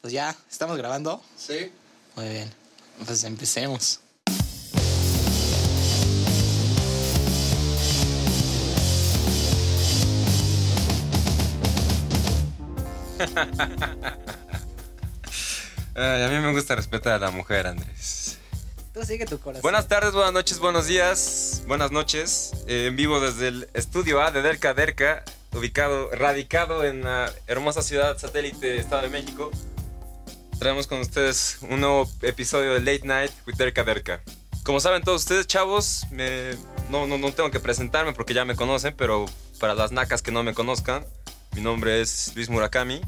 Pues ya, ¿estamos grabando? Sí. Muy bien. Pues empecemos. Ay, a mí me gusta respetar a la mujer, Andrés. Tú sigue tu corazón. Buenas tardes, buenas noches, buenos días, buenas noches. Eh, en vivo desde el estudio A de Derca Derca, ubicado, radicado en la hermosa ciudad satélite Estado de México. Traemos con ustedes un nuevo episodio de Late Night with Derca Derca. Como saben todos ustedes, chavos, me- no, no, no tengo que presentarme porque ya me conocen, pero para las nacas que no me conozcan, mi nombre es Luis Murakami,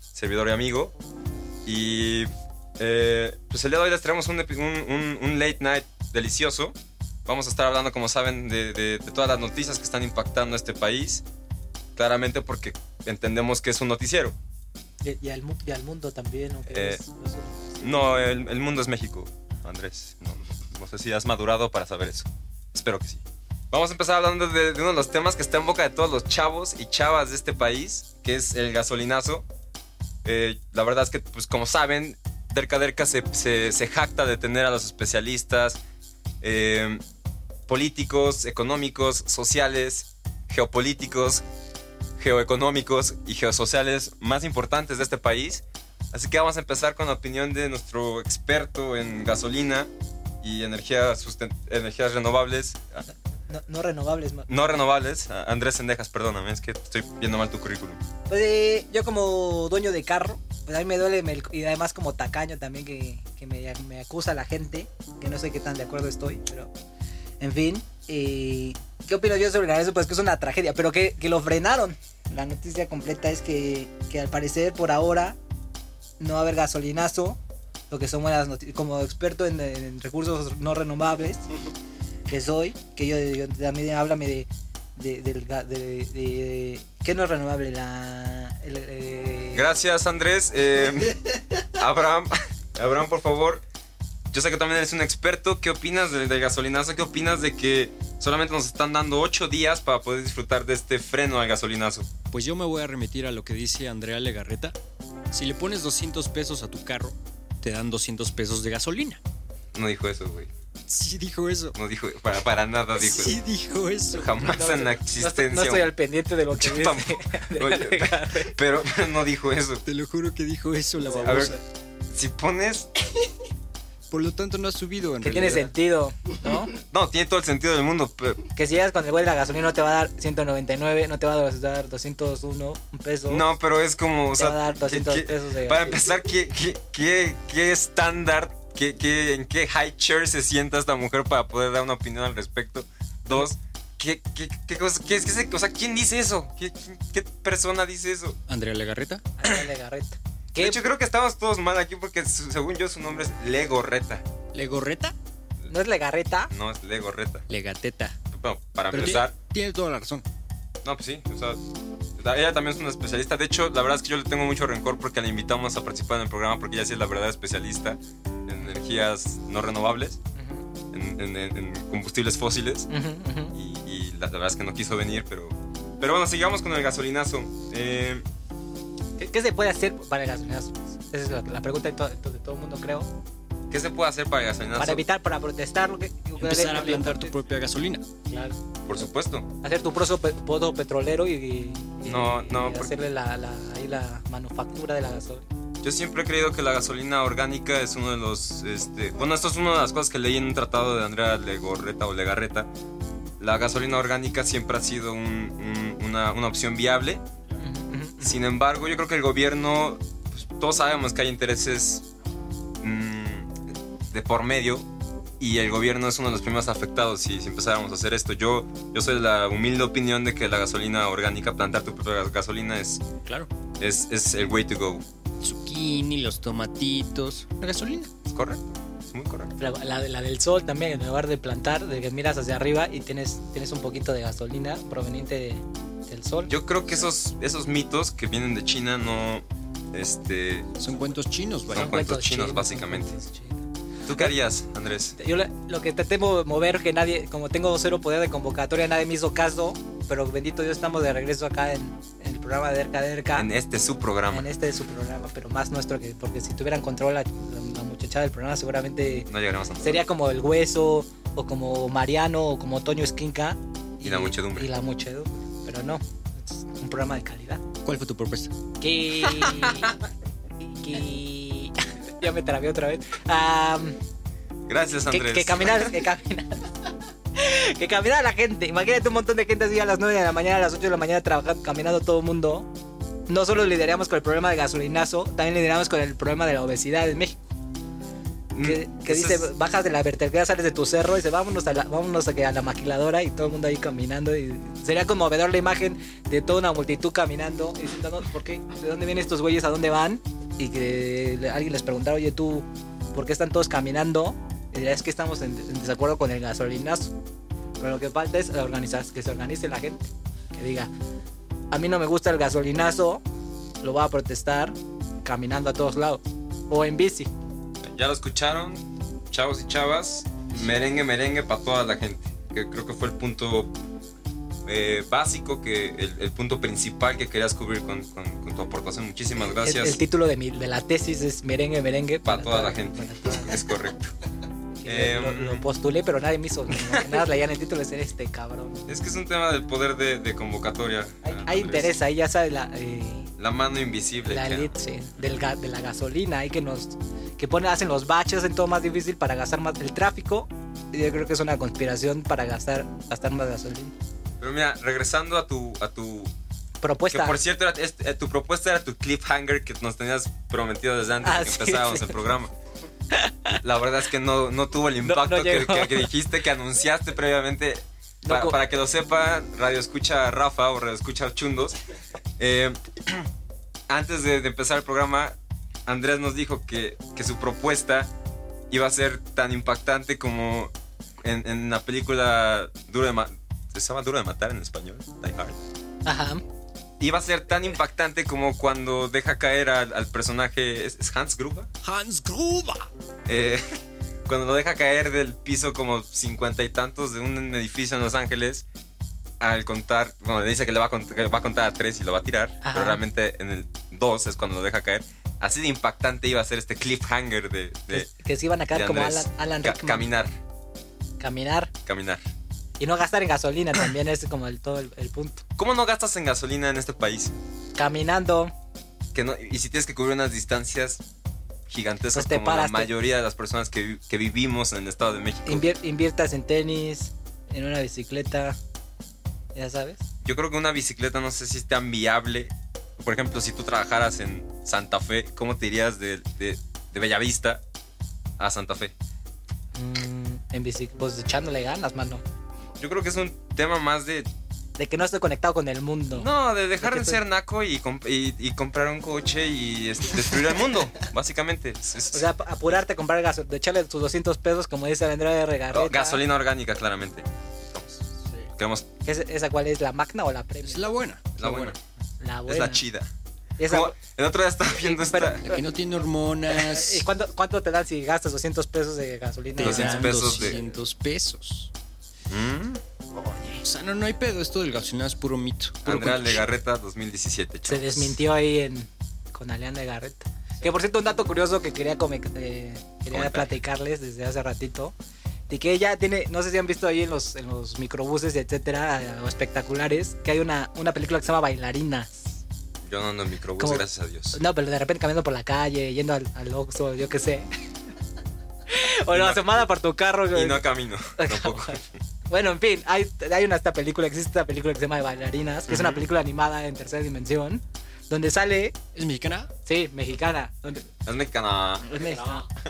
servidor y amigo. Y eh, pues el día de hoy les traemos un, epi- un- un- un late night delicioso. Vamos a estar hablando, como saben, de, de- de todas las noticias que están impactando este país. Claramente porque entendemos que es un noticiero. Y, y al, mu- y al mundo también, aunque no Eh, es- no es un- No, el, el mundo es México, Andrés. No, no sé si has madurado para saber eso. Espero que sí. Vamos a empezar hablando de, de uno de los temas que está en boca de todos los chavos y chavas de este país, que es el gasolinazo. Eh, la verdad es que, pues como saben, Derca Derca se, se- se jacta de tener a los especialistas eh, políticos, económicos, sociales, geopolíticos, geoeconómicos y geosociales más importantes de este país. Así que vamos a empezar con la opinión de nuestro experto en gasolina y energías, susten- energías renovables, ah, no, no renovables. ma- no renovables. Ah, Andrés Sendejas, perdóname, es que estoy viendo mal tu currículum. Pues, eh, yo como dueño de carro, pues a mí me duele me- y además como tacaño también que, que me, me acusa la gente, que no sé qué tan de acuerdo estoy, pero en fin. eh, ¿Qué opino yo sobre eso? Pues que es una tragedia, pero que, que lo frenaron. La noticia completa es que, que al parecer por ahora no va a haber gasolinazo, lo que son buenas noticias. Como experto en, en recursos no renovables que soy, que yo, yo también háblame de de, del ga- de- de- ¿Qué no es renovable? La. el- eh, Gracias, Andrés. Eh, Abraham, Abraham, por favor. Yo sé que también eres un experto. ¿Qué opinas del, del gasolinazo? ¿Qué opinas de que solamente nos están dando ocho días para poder disfrutar de este freno al gasolinazo? Pues yo me voy a remitir a lo que dice Andrea Legarreta. Si le pones 200 pesos a tu carro, te dan 200 pesos de gasolina. No dijo eso, güey. Sí dijo eso. No dijo, para, para nada Ah, dijo Sí eso. dijo eso. Jamás en la no, existencia. estoy- no estoy al pendiente de lo que Yo dice. tampoco. Oye, pero, pero no dijo eso. Te lo juro que dijo eso la A ver, babosa. si pones. Por lo tanto no ha subido en Que tiene realidad. sentido, ¿no? No, tiene todo el sentido del mundo. pe- Que si llegas con el güey de la gasolina no te va a dar 199, no te va a dar 201 pesos. No, pero es como. O te sea, va a dar 200 ¿qué- qué- pesos de para gasolina. empezar, ¿qué, qué, qué, qué estándar, qué, qué- en qué high chair se sienta esta mujer para poder dar una opinión al respecto? Dos, ¿qué, qué, qué cosa- qué es que se- o sea, ¿quién dice eso? ¿Qué, quién- qué persona dice eso? Andrea Legarreta. Andrea Legarreta. ¿Qué? De hecho, creo que estamos todos mal aquí porque su- según yo su nombre es Legorreta. ¿Legorreta? ¿No es Legarreta? No, es Legorreta. Legateta. Bueno, para Pero empezar. tiene, tiene toda la razón. No, pues sí, o sea, la- ella también es una especialista. De hecho, la verdad es que yo le tengo mucho rencor porque la invitamos a participar en el programa porque ella sí es la verdad especialista en energías no renovables, Ujú, en, en- en- en combustibles fósiles. ujú, ujú. Y, y la, la verdad es que no quiso venir, pero... Pero bueno, sigamos con el gasolinazo. Eh, ¿Qué, qué se puede hacer para el gasolinazo? Esa es la, la pregunta de, to- de todo el mundo, creo. ¿Qué se puede hacer para el gasolinazo? Para evitar, para protestar. lo que- Empezar a plantar tu propia gasolina. Claro. Por supuesto. hacer tu proso pe- podo petrolero y, y- No, y no, porque- hacerle la, la, ahí la manufactura de la gasolina. Yo siempre he creído que la gasolina orgánica es uno de los. Este, bueno, esto es una de las cosas que leí en un tratado de Andrea Legorreta o Legarreta. La gasolina orgánica siempre ha sido un- un- una, una opción viable. Sin embargo, yo creo que el gobierno. pues, todos sabemos que hay intereses mm, de por medio. Y el gobierno es uno de los primeros afectados si, si empezáramos a hacer esto. Yo, yo soy de la humilde opinión de que la gasolina orgánica, plantar tu propia gasolina, es, Claro. es, es el way to go. Zucchini, los tomatitos. La gasolina. Es correcto. Es muy correcto. La, la- la del sol también, en lugar de plantar, de que miras hacia arriba y tienes, tienes un poquito de gasolina proveniente de- del sol. Yo creo que esos, esos mitos que vienen de China no. Este. Son cuentos chinos, vaya. Son cuentos chinos, básicamente. cuentos chinos. ¿Tú qué harías, Andrés? Yo la- lo que traté de mover, que nadie, como tengo cero poder de convocatoria, nadie me hizo caso, pero bendito Dios, estamos de regreso acá en, en el programa de Derka Derka. En este su programa. En este es su programa, pero más nuestro que. Porque si tuvieran control la, la muchachada del programa, seguramente No llegaremos a nosotros. este sería como El Hueso, o como Mariano, o como Toño Esquinca. Y la muchedumbre. Y la muchedumbre. Pero no, es un programa de calidad. ¿Cuál fue tu propuesta? Que. que. ya me trabé otra vez. Am, Gracias, que, Andrés. que caminar, que caminar. que caminar la gente. Imagínate un montón de gente así a las 9 de la mañana, a las 8 de la mañana trabajando, caminando todo el mundo. No solo lideramos con el problema del gasolinazo, también lideramos con el problema de la obesidad en México. Mm, Que, que eso dice, es- bajas de la vertedera, sales de tu cerro y dice, vámonos a la, vámonos a, que- a la maquiladora y todo el mundo ahí caminando. Y sería conmovedor la imagen de toda una multitud caminando y diciendo, "No, ¿por qué? ¿De dónde vienen estos güeyes? ¿A dónde van? Y que le- alguien les preguntara, oye, tú, ¿por qué están todos caminando? Y dirá, es que estamos en, en desacuerdo con el gasolinazo. Pero lo que falta es organizar, que se organice la gente. Que diga, a mí no me gusta el gasolinazo, lo voy a protestar caminando a todos lados. O en bici. Ya lo escucharon, chavos y chavas. Merengue, merengue para toda la gente. Que creo que fue el punto eh, básico, que el, el punto principal que querías cubrir con, con- con tu aportación. Muchísimas El- gracias. El, título de, mi, de la tesis es Merengue, Merengue. Para toda la gente. para toda la- pues, Es correcto. que lo- lo, Em. postulé, pero nadie me hizo. como que Nada, leían el título es este cabrón. Es que es un tema del poder de, de convocatoria. Hay, Andrés. hay interés ahí, ya sabes, la, eh, La mano invisible. la que- elite sí, del ga- de la gasolina. Hay que nos. que ponen, hacen los baches, hacen todo más difícil para gastar más el tráfico. Y Yo creo que es una conspiración para gastar, gastar más gasolina. Pero mira, regresando a tu... A tu que Propuesta. por cierto, era- es- eh, tu propuesta era tu cliffhanger que nos tenías prometido desde antes Ah, de que sí, empezábamos sí. el programa. La verdad es que no, no tuvo el no impacto que, llegó. que- que dijiste, que anunciaste previamente. No, Pa- co- para que lo sepa, Radio Escucha Rafa o Radio Escucha Chundos. eh, antes de, de empezar el programa, Andrés nos dijo que, que su propuesta iba a ser tan impactante como en, en la película Duro de Matar. ¿Se llama Duro de Matar en español? Die Hard Ajá. iba a ser tan impactante como cuando deja caer al, al personaje, ¿es, es Hans Gruber? Hans Gruber. Eh, cuando lo deja caer del piso como cincuenta y tantos de un edificio en Los Ángeles, al contar, bueno, le dice que le va a, cont- que va a contar a tres y lo va a tirar, Ajá. pero realmente en el dos es cuando lo deja caer. Así de impactante iba a ser este cliffhanger de, de, Que, que se iban a de quedar como Alan, Andrés. Alan Ca- Rickman. caminar, Caminar. caminar. Y no gastar en gasolina también es como el, todo el- el punto. ¿Cómo no gastas en gasolina en este país? Caminando. que no- y si tienes que cubrir unas distancias gigantescas Pues te como paras, la te- mayoría de las personas que, vi- que vivimos en el Estado de México. Invier- inviertas en tenis, en una bicicleta, ya sabes. Yo creo que una bicicleta no sé si es tan viable. Por ejemplo, si tú trabajaras en Santa Fe, ¿cómo te irías de, de, de Bellavista a Santa Fe? Mm, en bicicleta, pues echándole ganas, mano. Yo creo que es un tema más de... De que no estoy conectado con el mundo. No, de dejar ¿De de, qué ser naco y, comp- y- y comprar un coche y este, destruir el mundo, básicamente. Es- es- O sea, ap- apurarte a comprar gasolina, de echarle tus 200 pesos, como dice Andrea de Regarreta. Oh, gasolina orgánica, claramente. Vamos. Queremos- ¿Es- ¿Esa cuál es? ¿La Magna o la Es Premium? la buena. es la buena, La es buena. la chida. Esa- Como- el otro día estaba viendo esta... Pero- La que no tiene hormonas. ¿Y cuánto, cuánto te dan si gastas 200 pesos de gasolina? Te 200 dan pesos de- 200 pesos. Mm. O sea, no, no hay pedo. Esto del gasolinazo es puro mito. Puro Andrea cuento. Legarreta 2017. Se chavos. desmintió ahí en, con Aleana de Garreta. Que por cierto, un dato curioso que quería, come- eh, quería Comentar. platicarles desde hace ratito. De que ella tiene, no sé si han visto ahí en los, en los microbuses, etcétera, eh, o espectaculares, que hay una, una película que se llama Bailarinas. Yo no ando en microbús, ¿Cómo? gracias a Dios. No, pero de repente caminando por la calle, yendo al, al Oxxo, yo qué sé. o Y no, no- asomada por tu carro. Y güey. no camino, tampoco. Bueno, en fin, hay, hay una esta película, existe esta película que se llama Bailarinas, que es una Ujú. película animada en tercera dimensión, donde sale, ¿Es mexicana? sí, mexicana, donde, Es mexicana.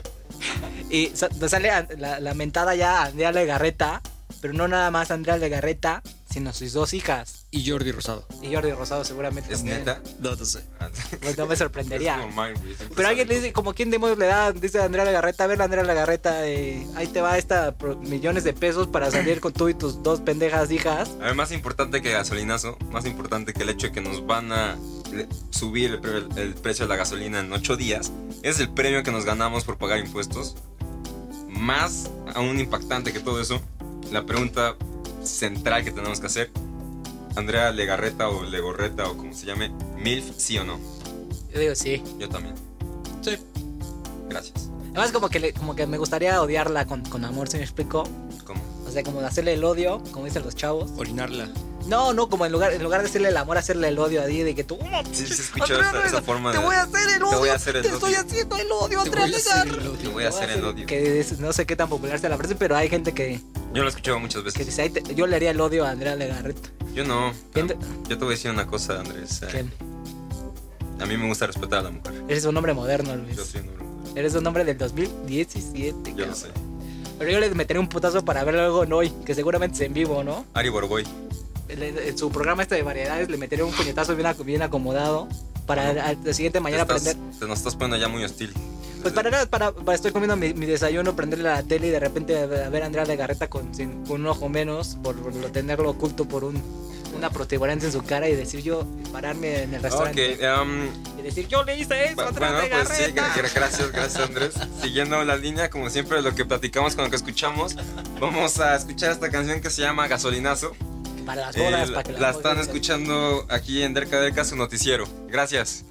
Y sa- nos sale a- la, la mentada ya Andrea Legarreta, pero no nada más Andrea Legarreta, sino sus dos hijas. Y Jordi Rosado. Y Jordi Rosado seguramente Es también. neta. No, no sé. Pues no me Es sorprendería. normal, güey, siempre Pero alguien le sale dice, como quién demonios le da, dice Andrea Legarreta, a ver Andrea Legarreta, eh, ahí te va esta pro- millones de pesos para salir con tú y tus dos pendejas hijas. todo. A ver, más importante que gasolinazo, más importante que el hecho de que nos van a le- subir el, pre- el precio de la gasolina en ocho días, es el premio que nos ganamos por pagar impuestos. Más aún impactante que todo eso, la pregunta central que tenemos que hacer Andrea Legarreta o Legorreta o como se llame, MILF, sí o no. Yo digo sí. Yo también. Sí. Gracias. Además, como que, le- como que me gustaría odiarla con, con amor, ¿se me explicó? ¿Cómo? O sea, como de hacerle el odio, como dicen los chavos. Orinarla. No, no, como en lugar, en lugar de hacerle el amor, hacerle el odio a ti, de que tú. "Oh, Sí, se escuchó Andrea esa, esa Legarreta, forma Te de. voy a hacer el odio. voy a hacer el te estoy odio". haciendo el odio, Te Andrea voy a hacer Legarreta. el odio. Te voy a hacer el odio. Que es- no sé qué tan popular sea la frase, pero hay gente que, Yo lo he escuchado muchas que veces. dice, "Ahí te- yo le haría el odio a Andrea Legarreta. Yo no. ¿Quién pero te- Yo te voy a decir una cosa, Andrés. eh, ¿Quién? A mí me gusta respetar a la mujer. Eres un hombre moderno, Yo Luis. soy un hombre. Eres un hombre del 2017, Yo lo cabrón. sé. Pero yo le meteré un putazo para verlo luego en hoy, que seguramente es en vivo, ¿no? Ari Borgoy. Le- En su programa este de variedades le meteré un puñetazo bien, ac- bien acomodado para Ajá. al- la siguiente Te, mañana estás- prender. te nos estás poniendo ya muy hostil. Pues para, nada, para, para estoy comiendo mi, mi desayuno, prenderle la tele y de repente a ver a Andrea Legarreta con, sin- con un ojo menos, por, por lo- tenerlo oculto por un, una protuberancia en su cara y decir yo, pararme en el Ok, restaurante um, y decir yo le hice eso Bu- a Andrea Bueno, pues sí, Legarreta". gra- gra- gracias, gracias Andrés. Siguiendo la línea, como siempre, lo que platicamos con lo que escuchamos, vamos a escuchar esta canción que se llama Gasolinazo. Para las Eh, bodas, para la, que las la bodas están se- escuchando aquí en Derca Derca, su noticiero. Gracias.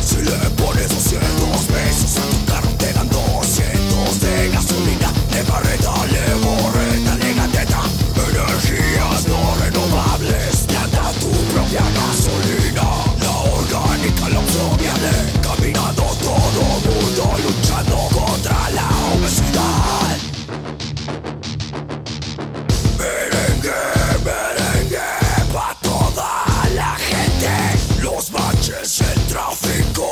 Si le pones 200 pesos a tu carro te dan 200 de gasolina De barreta, le borreta, le gateta Energías no renovables Planta tu propia gasolina La orgánica, la obsoviale Caminando todo mundo luchando contra la obesidad Merengue, merengue pa' toda la gente Los baches, el tráfico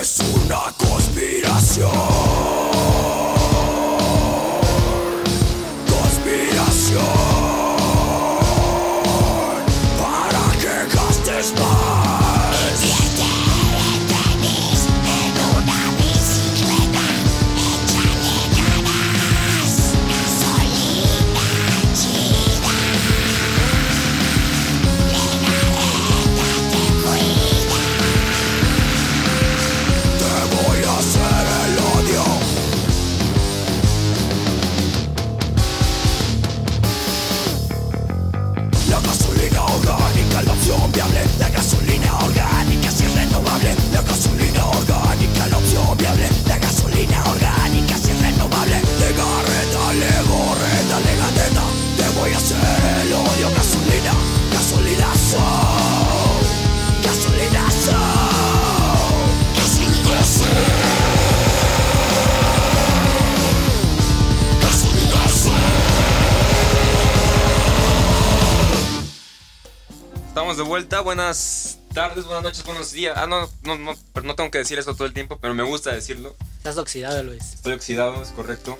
Es una conspiración Conspiración Para que gastes más Te voy a hacer el odio La gasolina orgánica, la opción viable. La gasolina orgánica, si es renovable. La gasolina orgánica, la opción viable. La gasolina orgánica, si es renovable. De garreta, le gorreta, le gateta. Te voy a hacer el odio, gasolina. Gasolina soul. Gasolina soul. Gasolina soul. Gasolina soul. Estamos de vuelta. Buenas tardes, buenas noches, buenos días. Ah, no, no, no, pero no tengo que decir eso todo el tiempo, pero me gusta decirlo. Estás oxidado, Luis. Estoy oxidado, es correcto.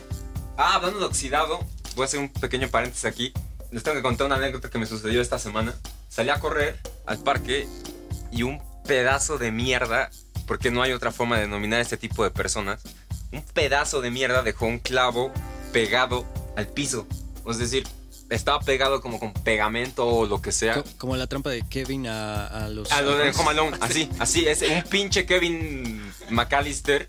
Ah, hablando de oxidado, voy a hacer un pequeño paréntesis aquí. Les tengo que contar una anécdota que me sucedió esta semana. Salí a correr al parque y un pedazo de mierda, porque no hay otra forma de denominar a este tipo de personas, un pedazo de mierda dejó un clavo pegado al piso. Es decir, estaba pegado como con pegamento o lo que sea. Co- Como la trampa de Kevin a, a los. A lo de Home Alone, Pues, así, así, es un pinche Kevin McAllister,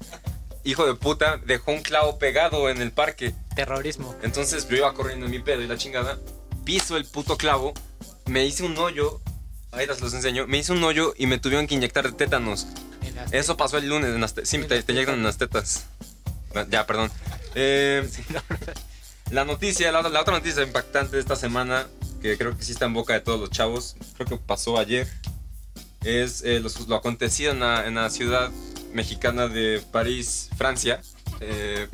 hijo de puta, dejó un clavo pegado en el parque. Terrorismo. Entonces yo iba corriendo en mi pedo y la chingada, piso el puto clavo, me hice un hoyo, ahí las los enseño, me hice un hoyo y me tuvieron que inyectar de tétanos. En las- Eso pasó el lunes, en las te- sí, En te, las te inyectan en las tetas. Bueno, Ya, perdón. Eh, la noticia, la, la otra noticia impactante de esta semana, que creo que sí está en boca de todos los chavos, creo que pasó ayer, es eh, los- lo acontecido en la, en la ciudad mexicana de París, Francia, eh,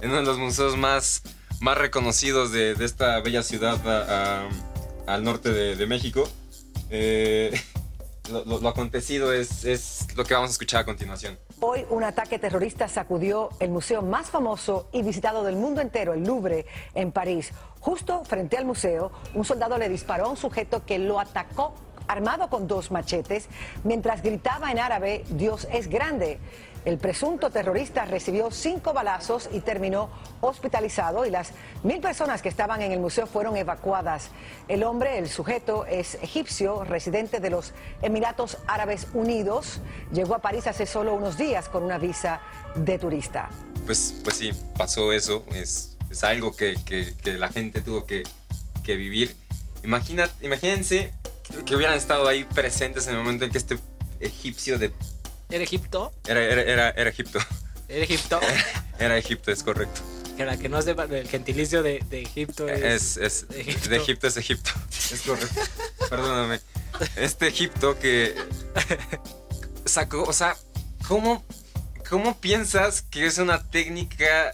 en uno de los museos más, más reconocidos de, de esta bella ciudad a- a- al norte de, de México. Eh, lo, lo- lo acontecido es, es lo que vamos a escuchar a continuación. Hoy un ataque terrorista sacudió el museo más famoso y visitado del mundo entero, el Louvre, en París. Justo frente al museo, un soldado le disparó a un sujeto que lo atacó armado con dos machetes mientras gritaba en árabe, Dios es grande. El presunto terrorista recibió cinco balazos y terminó hospitalizado y las mil personas que estaban en el museo fueron evacuadas. El hombre, el sujeto, es egipcio, residente de los Emiratos Árabes Unidos. Llegó a París hace solo unos días con una visa de turista. Pues, pues sí, pasó eso. Es, es algo que, que- que la gente tuvo que, que vivir. Imagina, imagínense que hubieran estado ahí presentes en el momento en que este egipcio de, Era Egipto, era, era, era, era Egipto. era Egipto. Era Egipto, es correcto. Que la que no sepa, el gentilicio de, de Egipto Es, es. es- de Egipto. de Pues, Egipto es Egipto. Es correcto. Perdóname. Este Egipto que sacó, o sea, ¿cómo, ¿cómo piensas que es una técnica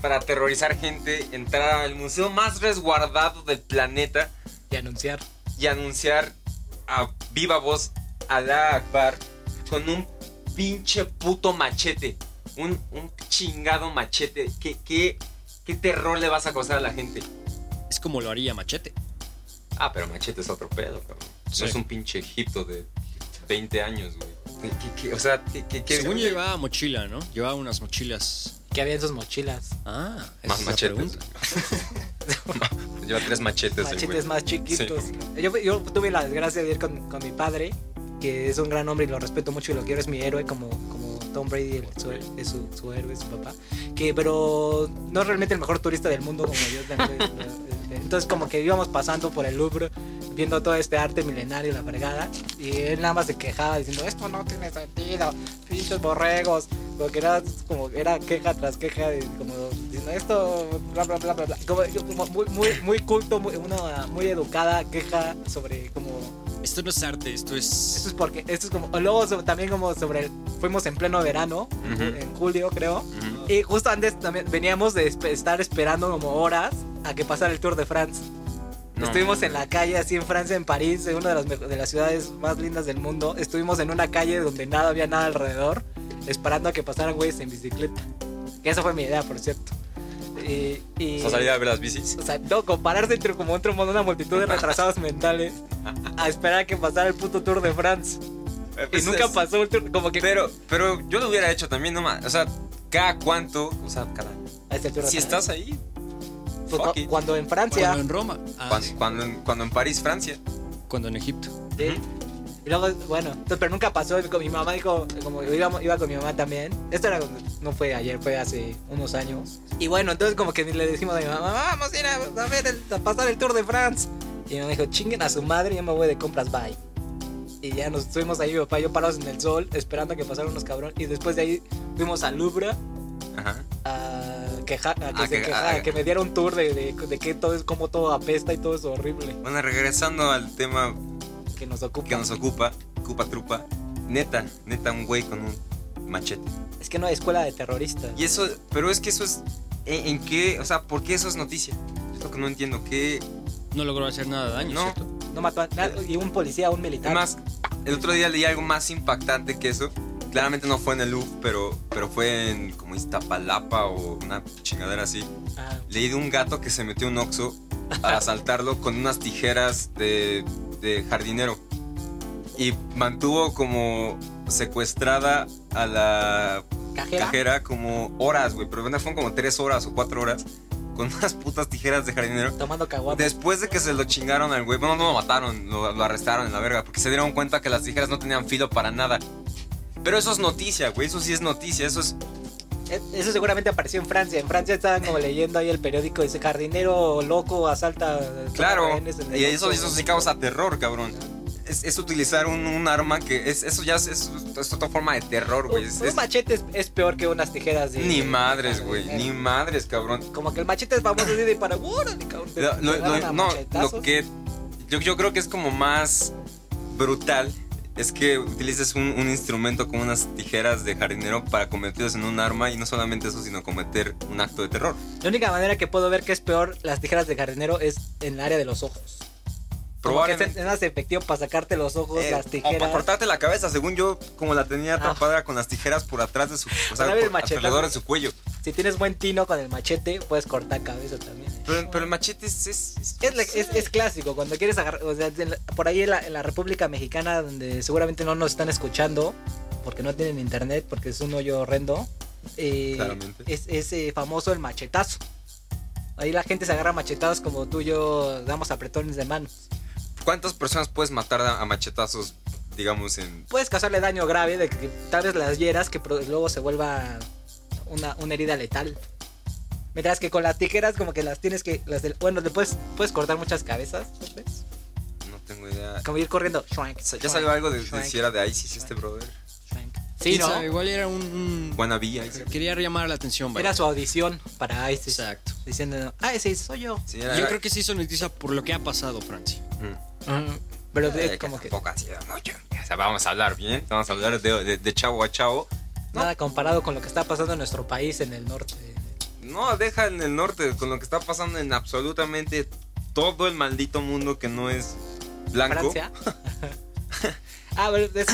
para aterrorizar gente entrar al museo más resguardado del planeta Y anunciar. y anunciar a viva voz Alá Akbar con un pinche puto machete? Un, un chingado machete. ¿Qué, qué, ¿Qué terror le vas a causar a la gente? Es como lo haría Machete. Ah, pero Machete es otro pedo, cabrón. Sí. No es un pinche Egipto de 20 años, güey. ¿Qué- qué- qué? O sea, ¿qué, qué, qué- Según yo llevaba mochila, ¿no? Llevaba unas mochilas. Que había en sus mochilas. Ah, esa Más es la machetes. pregunta. Lleva tres machetes. el machetes güey. más chiquitos. Sí. Yo, fui- yo tuve la desgracia de ir con, con mi padre, que es un gran hombre y lo respeto mucho y lo quiero, es mi héroe, como, como Tom Brady el- su, es su, su héroe, su papá. Que, pero no es realmente el mejor turista del mundo, como yo también. Entonces, como que íbamos pasando por el Louvre, viendo todo este arte milenario, y la fregada, y él nada más se quejaba diciendo: Esto no tiene sentido, pinches borregos. Porque era como era queja tras queja de como diciendo esto bla bla bla bla bla como, yo como muy muy muy culto muy, una muy educada queja sobre como Esto no es arte, esto esto es. es porque esto es como o luego sobre- también como sobre el- fuimos en pleno verano Ujú. en julio creo Ujú. y justo antes también veníamos de espe- estar esperando como horas a que pasara el Tour de France No, Estuvimos no, en la calle, así en Francia, en París, en una de las, mejo- de las ciudades más lindas del mundo. Estuvimos en una calle donde nada había nada alrededor, esperando a que pasaran güeyes en bicicleta. Que esa fue mi idea, por cierto. Y, y- O sea, salir a ver las bicis. o sea, no, compararse entre como un trombón, una multitud de retrasados mentales a esperar a que pasara el puto Tour de France. Y Pues nunca es- pasó el Tour, como que... Pero, pero yo lo hubiera hecho también, no más. O sea, cada cuánto. O sea, cada. Ahí está el Tour de Si France. estás ahí. Pues, fuck cu- it. Cuando en Francia... Cuando en Roma. Ah, Cuando, sí, cuando en, cuando en París, Francia. cuando en Egipto. Sí. Y luego, bueno, entonces, pero nunca pasó. y con Mi mamá dijo, como yo iba, iba con mi mamá también. Esto era, cuando- no fue ayer, fue hace unos años. Y bueno, entonces como que le decimos a mi mamá, vamos a ir a, a ver, el- a pasar el Tour de France. Y mi mamá dijo, chinguen a su madre, yo me voy de compras, bye. Y ya nos estuvimos ahí, mi papá y yo parados en el sol, esperando a que pasaran unos cabrones. Y después de ahí fuimos al Louvre Ajá. a, queja- a que, A se que- quejara, a- que me diera un tour de, de, de que todo es, como todo apesta y todo es horrible. Bueno, regresando al tema Que nos ocupa. que nos ocupa, Cupa Trupa. Neta, neta, un güey con un machete. Es que no hay escuela de terroristas. Y eso, pero es que eso es. ¿En, en qué? O sea, ¿por qué eso es noticia? Es lo que no entiendo. ¿Qué? No logró hacer nada de daño, No. ¿cierto? No mató a nadie. Y un policía, un militar. Además, el otro día leí algo más impactante que eso. Claramente no fue en el Louvre, pero, pero fue en como Iztapalapa o una chingadera así. Ah, Leí de un gato que se metió un oxo para asaltarlo con unas tijeras de, de jardinero. Y mantuvo como secuestrada a la cajera. cajera como horas, güey. Pero bueno, fueron como tres horas o cuatro horas con unas putas tijeras de jardinero. Tomando caguamas. Después de que se lo chingaron al güey, bueno, no lo mataron, lo, lo arrestaron en la verga, porque se dieron cuenta que las tijeras no tenían filo para nada. Pero eso es noticia, güey, eso sí es noticia, eso es... Eh, Eso seguramente apareció en Francia. En Francia estaban como leyendo ahí el periódico. Dice, jardinero loco asalta. eh, toma Claro, rehenes en el y eso, Oxxo". eso sí causa terror, cabrón. Es, es utilizar un, un arma que... Es, eso ya es, es- es otra forma de terror, Un, güey. pues, es- un es- machete es, es peor que unas tijeras de... ni de- madres, de güey, ni jardinero. madres, cabrón. Como que el machete es famoso así de para... ¡Órale, cabrón! te- Lo- te lo- agarran lo- a no, machetazos. lo que yo, yo creo que es como más brutal es que utilices un, un instrumento como unas tijeras de jardinero para convertirlos en un arma y no solamente eso, sino cometer un acto de terror. La única manera que puedo ver que es peor las tijeras de jardinero es en el área de los ojos. Como que Probablemente. es más efectivo para sacarte los ojos, eh, las o para tijeras. cortarte la cabeza, según yo, como la tenía Ah. atrapada con las tijeras por atrás de su, o sea, Para ver el por machetazo. alrededor de su cuello. Si tienes buen tino con el machete, puedes cortar cabeza también. Pero, pero el machete es, es- es- Es, la- es- es clásico, cuando quieres agarrar, o sea, de la- por ahí en la, en la República Mexicana, donde seguramente no nos están escuchando, porque no tienen internet, porque es un hoyo horrendo, eh, Claramente. es, es, eh, famoso el machetazo. Ahí la gente se agarra machetados como tú y yo damos apretones de manos. ¿Cuántas personas puedes matar a, a machetazos, digamos, en. Puedes causarle daño grave de que tal vez las hieras que pro- luego se vuelva una, una herida letal. Mientras que con las tijeras como que las tienes que... Las del- bueno, le puedes, puedes cortar muchas cabezas, tal vez. No tengo idea. Como ir corriendo. Shrank, Sa- ¿Ya shrank, salió algo de, de shrank, si era de ISIS este shrank, brother? shrank. Sí, Quién ¿no? sabe, Igual era un... un- Wannabe ISIS. Quería llamar la atención, vaya. Era su audición para ISIS. Exacto. Diciendo, ah, ese soy yo. Sí, era- Yo creo que se hizo noticia por lo que ha pasado, Francia. Mm. Pero de- Eh, que como que tampoco ha sido mucho. O sea, vamos a hablar bien. Vamos a hablar de, de- de chavo a chavo. nada comparado con lo que está pasando en nuestro país en el norte. No, deja en el norte con lo que está pasando en absolutamente todo el maldito mundo que no es blanco. Francia. ah, bueno, de eso-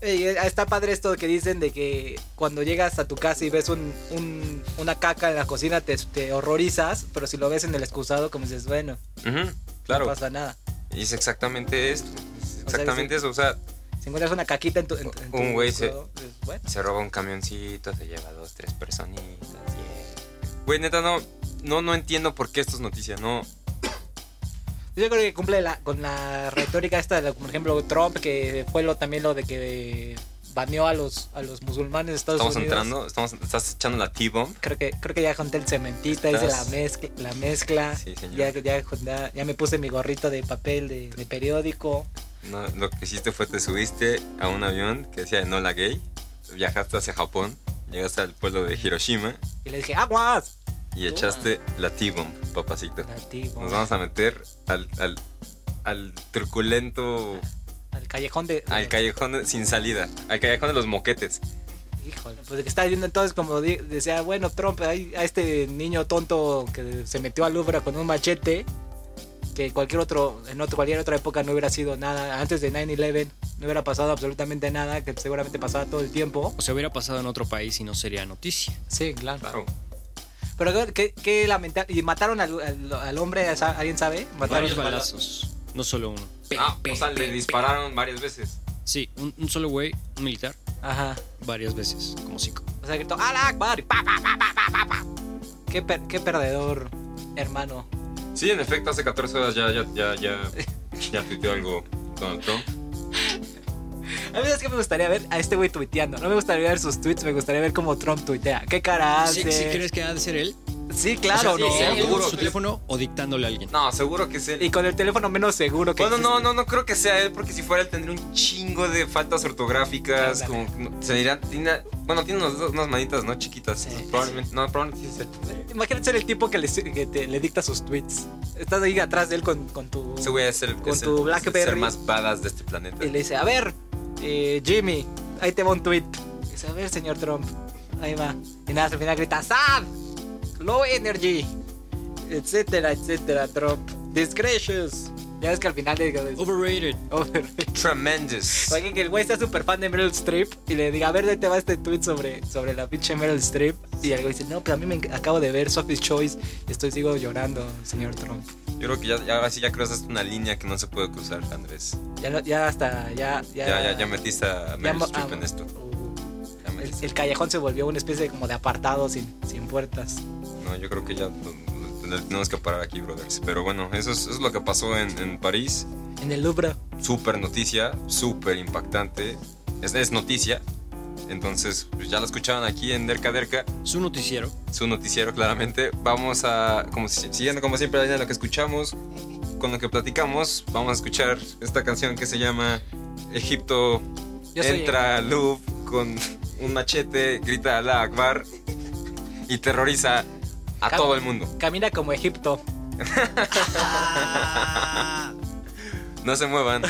Ey, eh, está padre esto que dicen de que cuando llegas a tu casa y ves un, un- una caca en la cocina te, te horrorizas, pero si lo ves en el excusado como dices, bueno, Ujú, no claro. pasa nada. Y es exactamente esto. Es exactamente sí. eso. O sea, Si encuentras una caquita en tu, en tu- en tu Un güey se- excusado, dices, bueno, se roba un camioncito, se lleva dos, tres personitas. yeah. Güey, neta, no, no, no entiendo por qué esto es noticia. No, Yo creo que cumple la- con la retórica esta, de, la- por ejemplo, Trump, que fue lo, también lo de que baneó a los, a los musulmanes de Estados estamos Unidos. entrando, estamos, estás echando la T-bomb. Creo que, creo que ya junté el cementita, hice la Estás- mezcla. La mezcla. Sí, señor. ya, ya, junté- ya me puse mi gorrito de papel de, de periódico. No, lo que hiciste fue te subiste a un avión que decía no la gay, viajaste hacia Japón, llegaste al pueblo de Hiroshima Y le dije, ¡aguas! y echaste la T-bomb, papacito. Nativo. Nos vamos a meter al, al, al truculento, Al callejón de. de- al callejón de- sin salida, al callejón de los moquetes. Híjole, pues que estaba viendo entonces, como di- decía, bueno, Trump, hay a este niño tonto que se metió al Louvre con un machete, que cualquier otro, en otro, cualquier otra época no hubiera sido nada, antes de 9-11 no hubiera pasado absolutamente nada, que seguramente pasaba todo el tiempo. O se hubiera pasado en otro país y no sería noticia. Sí, claro. Claro. Pero qué, qué lamentable, y mataron al, al- al hombre, ¿sa- ¿alguien sabe? Mataron Varios balazos, no solo uno. Ah, o sea, le dispararon varias veces. Sí, un, un solo güey, un militar, Ajá. varias veces, como cinco. O sea, gritó, ¡Ala Akbar! y pa, pa, pa, pa, pa, pa, pa. Qué, per- qué perdedor, hermano. Sí, en efecto, hace 14 horas ya, ya, ya, ya, ya tuiteó algo Donald Trump. A mí es que me gustaría ver a este güey tuiteando. No me gustaría ver sus tweets, me gustaría ver cómo Trump tuitea. ¿Qué cara ¿Sí, hace? sí crees que ha de ser él? Sí, Ah, claro, O ¿no? sea, ¿es él con seguro su que- teléfono o dictándole a alguien? No, seguro que es él. Y con el teléfono menos seguro que. Bueno, existe. no, no, no creo que sea él, porque si fuera él tendría un chingo de faltas ortográficas, Ándale. como no- se dirían, tiene- bueno, tiene unos- unas, manitas, ¿no? Chiquitas, Sí. probablemente, no, probablemente sí es él. Imagínate ser el tipo que le, que te- le dicta sus tweets. Estás ahí atrás de él con, con tu. Ese güey es el, Con es el- tu es el Blackberry. ser más badass de este planeta. Y le dice, a ver, eh, Jimmy, ahí te va un tweet. Y dice, a ver, señor Trump. Ahí va. Y nada, al final grita, SAD, Low energy. Etcétera, etcétera, Trump. Disgracious. Ya ves que al final le digo. Overrated. Over- Tremendous. Oigan, que el güey sea súper fan de Meryl Streep y le diga, a ver, ahí te va este tweet sobre, sobre la pinche Meryl Streep. Y el güey dice, no, pero a mí me enc- acabo de ver Sophie's Choice y estoy sigo llorando, señor Trump. Yo creo que ya, ya ahora sí ya cruzaste una línea que no se puede cruzar, Andrés. Ya, no- ya hasta, ya, ya. Ya, ya, ya metiste a ya Meryl mo- Streep ah, en esto. uh, Ya el, metiste. el callejón se volvió una especie de, como de apartado sin, sin puertas. No, yo creo que ya lo- lo- lo tenemos que parar aquí, brothers. Pero bueno, eso es, eso es lo que pasó en, en París. En el Louvre. súper noticia, súper impactante. Es, es noticia. Entonces, pues, ya la escuchaban aquí en Derca Derca, Su noticiero. su noticiero claramente. Vamos a, como, si- siguiendo como siempre la línea de lo que escuchamos, con lo que platicamos, vamos a escuchar esta canción que se llama Egipto Yo soy- entra al Louvre con un machete, grita la Akbar y terroriza a Cam- todo el mundo. Camina como Egipto. No se muevan.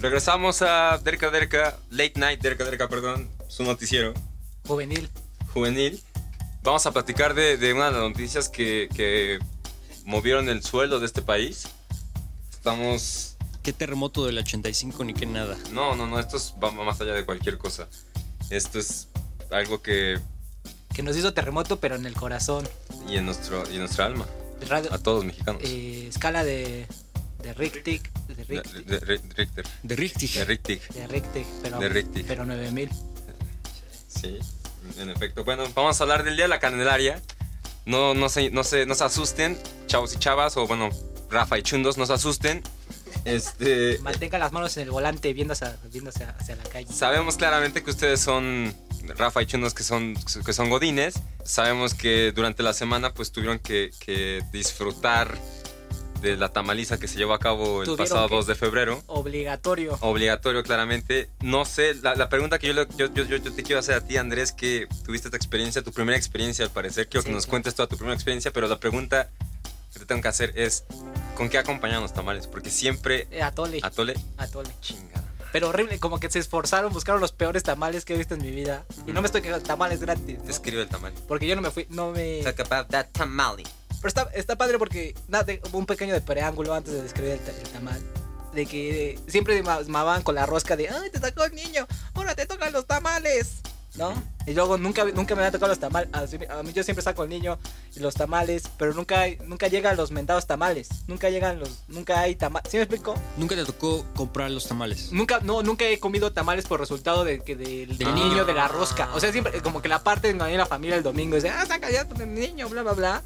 regresamos a Derka Derka, Late Night Derka Derka, perdón, su noticiero Juvenil. juvenil. Vamos a platicar de, de una de las noticias que, que movieron el suelo de este país. Estamos... Qué terremoto del 85 ni qué nada. No, no, no, esto es- va más allá de cualquier cosa. Esto es algo que... Que nos hizo terremoto, pero en el corazón. Y en, nuestro, y en nuestra alma. Radio- A todos los mexicanos. eh, escala de, de Rictic. De De- Rictic. de- de- Richter. De De Richtig. Richter. De Rictic, pero, De Rictic. pero 9000. Sí, en efecto. Bueno, vamos a hablar del Día de la Candelaria. No, no, se, no, se, no se asusten, chavos y chavas, o bueno, Rafa y Chundos, no se asusten. Este, Mantenga las manos en el volante viendo hacia, viendo hacia, hacia la calle. sabemos claramente que ustedes son, Rafa y Chundos, que son, que son godines. Sabemos que durante la semana pues tuvieron que, que disfrutar de la tamaliza que se llevó a cabo el Tuvieron pasado que- 2 de febrero. Obligatorio. Obligatorio, claramente. No sé, la, la pregunta que yo, le- yo, yo- yo- yo te quiero hacer a ti, Andrés, que tuviste esta experiencia, tu primera experiencia, al parecer. Quiero que Sí, nos sí. cuentes toda tu primera experiencia, pero la pregunta que te tengo que hacer es, ¿con qué acompañan los tamales? Porque siempre Eh, Atole. atole, Atole. chingada. Pero horrible, como que se esforzaron, buscaron los peores tamales que he visto en mi vida. Y no me estoy quejando, tamales gratis. ¿no? Describe el tamal. Porque yo no me fui, no me... Talk about that tamale. Pero está, está padre porque nada, de- un pequeño de preámbulo antes de describir el, ta- el tamal. De que eh, siempre ma- mamaban con la rosca de, ay, te sacó el niño, ahora te tocan los tamales. ¿No? Y luego nunca, nunca me han tocado los tamales. Así- A mí yo siempre saco el niño y los tamales, pero nunca, hay- nunca llegan los mentados tamales. Nunca llegan los, nunca hay tamales. ¿Sí me explico? Nunca te tocó comprar los tamales. Nunca, no, nunca he comido tamales por resultado de que del, del niño niño. de la rosca. O sea, siempre, como que la parte de la familia el domingo dice, ah, saca ya tu niño, bla, bla, bla.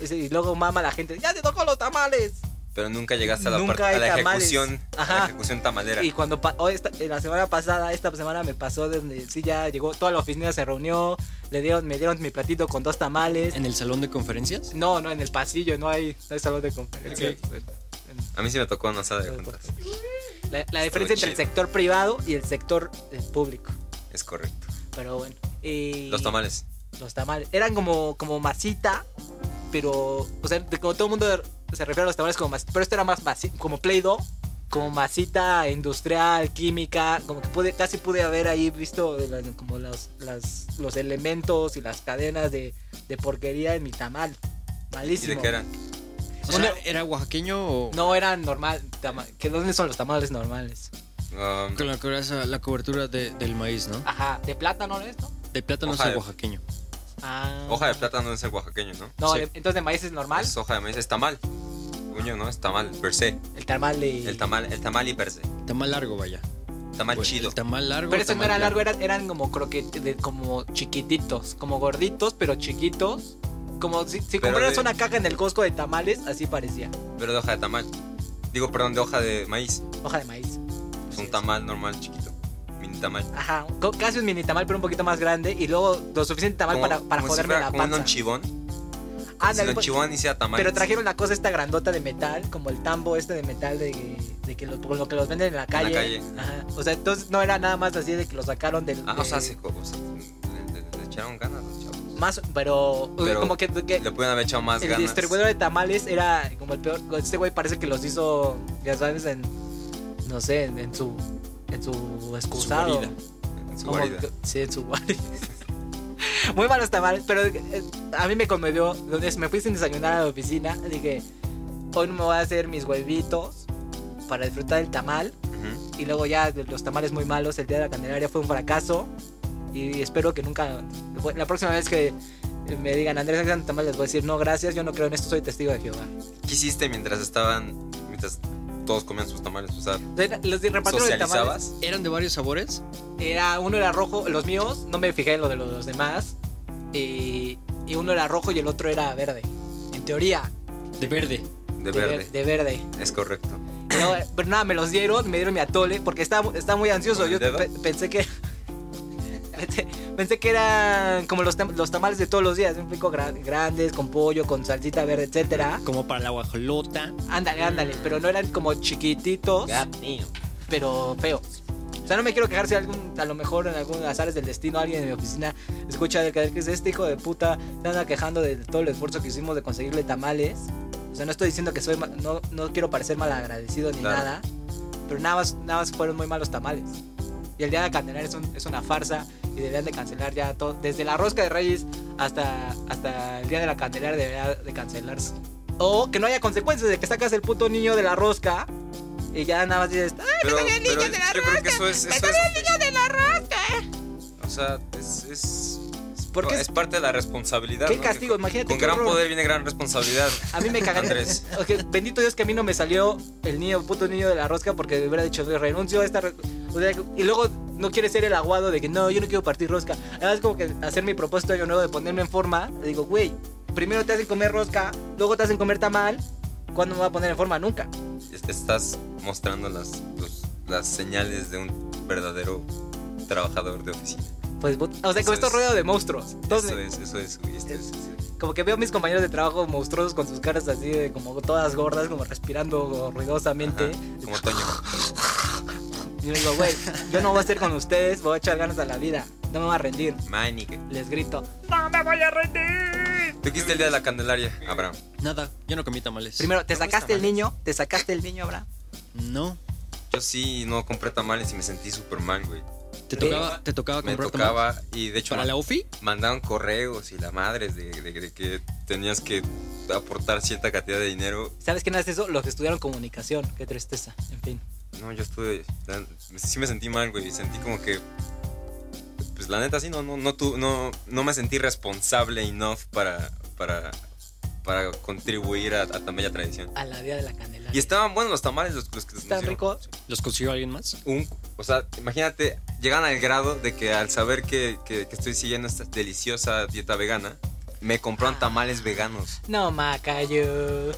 Ese, Y luego mama la gente, ya te tocó los tamales. Pero nunca llegaste a la, Nunca parte- a hay la tamales. ejecución, a la Ajá. ejecución tamalera. Y cuando pa- hoy esta- en la semana pasada, esta semana me pasó desde sí ya llegó, toda la oficina se reunió, le dieron, me dieron mi platito con dos tamales. ¿En el salón de conferencias? No, no, en el pasillo, no hay, no hay salón de conferencia. pues, A mí sí me tocó una asada de juntas. La, la diferencia entre el chido. sector privado y el sector eh, público. Es correcto. Pero bueno. y- Los tamales. los tamales. Eran como, como masita, pero, o sea, de- como todo el mundo se refiere a los tamales como masita, pero esto era más masita, como Play-Doh, como masita industrial, química, como que pude, casi pude haber ahí visto de las- como las, las- los elementos y las cadenas de, de porquería en mi tamal. ¿Y Malísimo. de qué eran? O sea, Una- ¿Era oaxaqueño o...? No, eran normal, tama- que ¿dónde son los tamales normales? Um, Con la, coraza- la cobertura de- del maíz, ¿no? Ajá, de plátano, ¿no es esto? De plátano Hoja es de- el oaxaqueño. Ah. hoja de plátano es el oaxaqueño, ¿no? No, sí. de- entonces de maíz es normal, Es hoja de maíz, es tamal. Puño, ¿no? Es tamal, per se. el tamal de... El tamal, el tamal y per se. Tamal largo, vaya. Tamal Pues, Bueno, chido. el tamal Pues, largo. Pero esos no tamal eran largo, eran, eran como croquetes, de- como chiquititos, como gorditos, pero chiquitos. Como si, si Pero compraras de- una caja en el Costco de tamales, así parecía. Pero de hoja de tamal. Digo, perdón, de hoja de maíz. Hoja de maíz. Es Así un es. tamal normal chiquito. Mini tamal. Ajá, co- casi un mini tamal, pero un poquito más grande. Y luego lo suficiente tamal para, para como si joderme fuera la como un panza. lonchibón. Ándale, Si un pues, lonchibón y sea tamal. pero trajeron la cosa esta grandota de metal, como el tambo este de metal de, de que lo, con lo que los venden en la calle. calle. Ajá. O sea, entonces no era nada más así de que lo sacaron del. Ah, o sea, de- sí, o sea, le, le- le echaron ganas los chavos. Más, pero, Pero como que- que Le pueden haber echado más El ganas. distribuidor de tamales era como el peor. Este güey parece que los hizo, ya sabes, en. No sé, en, en su. En su excusado. guarida. En su Como guarida. que- sí, en su guarida. Muy malos tamales, pero eh, a mí me conmovió. Entonces me fui sin desayunar a la oficina. Dije, hoy me voy a hacer mis huevitos para disfrutar del tamal. Ujú. Y luego ya de los tamales muy malos, el día de la Candelaria fue un fracaso. Y espero que nunca. La próxima vez que me digan Andrés Alexander Tamales, les voy a decir, no, gracias, yo no creo en esto, soy testigo de Jehová. ¿Qué hiciste mientras estaban. mientras todos comían sus tamales? O sea, O sea, Los de repartidores de tamales. ¿socializabas? ¿Eran de varios sabores? Era, uno era rojo, los míos, no me fijé en lo de los, los demás. Y, y uno era rojo y el otro era verde. En teoría, De verde. De ver- verde. de verde. Ah, Es correcto. No, eh, pero nada, me los dieron, me dieron mi atole, porque estaba, estaba muy ansioso. ¿Con Yo el dedo? pe- pensé que. pensé, pensé que eran como los, tam- los tamales de todos los días, un pico gran- grandes, con pollo, con salsita verde, etcétera. Como para la guajolota. Ándale, ándale, pero no eran como chiquititos, pero feos. O sea, no me quiero quejar si algún, a lo mejor en algún azares del destino alguien en mi oficina escucha del que es este hijo de puta, se anda quejando de todo el esfuerzo que hicimos de conseguirle tamales. O sea, no estoy diciendo que soy, ma- no, no quiero parecer malagradecido ni Claro. nada, pero nada más, nada más fueron muy malos tamales. Y el día de Candelaria es, un- es una farsa y deberían de cancelar ya todo, desde la rosca de Reyes hasta, hasta el día de la Candelaria debería de cancelarse. O que no haya consecuencias de que sacas el puto niño de la rosca y ya nada más dices, ¡ay, Pero, me salió el niño pero de la yo creo que rosca! eso es. ¡Me Eso salió el es niño de la rosca! o sea, es. es es- Porque es, es- parte de la responsabilidad. Qué ¿no? castigo, Que- imagínate Con qué gran horror. poder viene gran responsabilidad. A mí me cagaron. Andrés. Ok, bendito Dios que a mí no me salió el niño, puto niño de la rosca, porque me hubiera dicho, renuncio a esta. re- o sea, y luego no quiere ser el aguado de que no, yo no quiero partir rosca. Además, como que hacer mi propósito de año nuevo de ponerme en forma, le digo, güey, primero te hacen comer rosca, luego te hacen comer tamal. ¿Cuándo me voy a poner en forma? Nunca. Est- Estás mostrando las, los- las señales de un verdadero trabajador de oficina. Pues, but- o sea, Eso con esto es- ruedo de monstruos. Entonces, eso es, eso es, güey, esto es- es- como que veo a mis compañeros de trabajo monstruosos con sus caras así, de como todas gordas, como respirando ruidosamente. ajá, como Toño. Y yo digo, güey, yo no voy a estar con ustedes, voy a echar ganas a la vida, no me voy a rendir. Man, y que- Les grito. Pues, ¿Tú quiste el día de la Candelaria, Abraham? Nada, yo no comí tamales. Primero, ¿te sacaste el niño? ¿Te sacaste el niño, Abraham? No. Yo sí no compré tamales y me sentí súper mal, güey. Sí. ¿Te tocaba, te tocaba Me comprar tamales? tocaba y de hecho ¿Para ma- la UFI? mandaban correos y la madre de, de- de que tenías que aportar cierta cantidad de dinero. ¿Sabes quién hace eso? Los que estudiaron comunicación. Qué tristeza. En fin. No, yo estuve... la- Sí me sentí mal, güey. Sentí como que... Pues la neta sí, no, no, no, tu- no, no me sentí responsable enough para, para, para contribuir a, a tan bella tradición. A la día de la candelaria. Y estaban buenos los tamales los, los que nos Están hicieron. ricos. ¿Los consiguió alguien más? un- o sea, imagínate, llegan al grado de que al saber que, que- que estoy siguiendo esta deliciosa dieta vegana, me Ah. compraron tamales veganos. No, Macayo.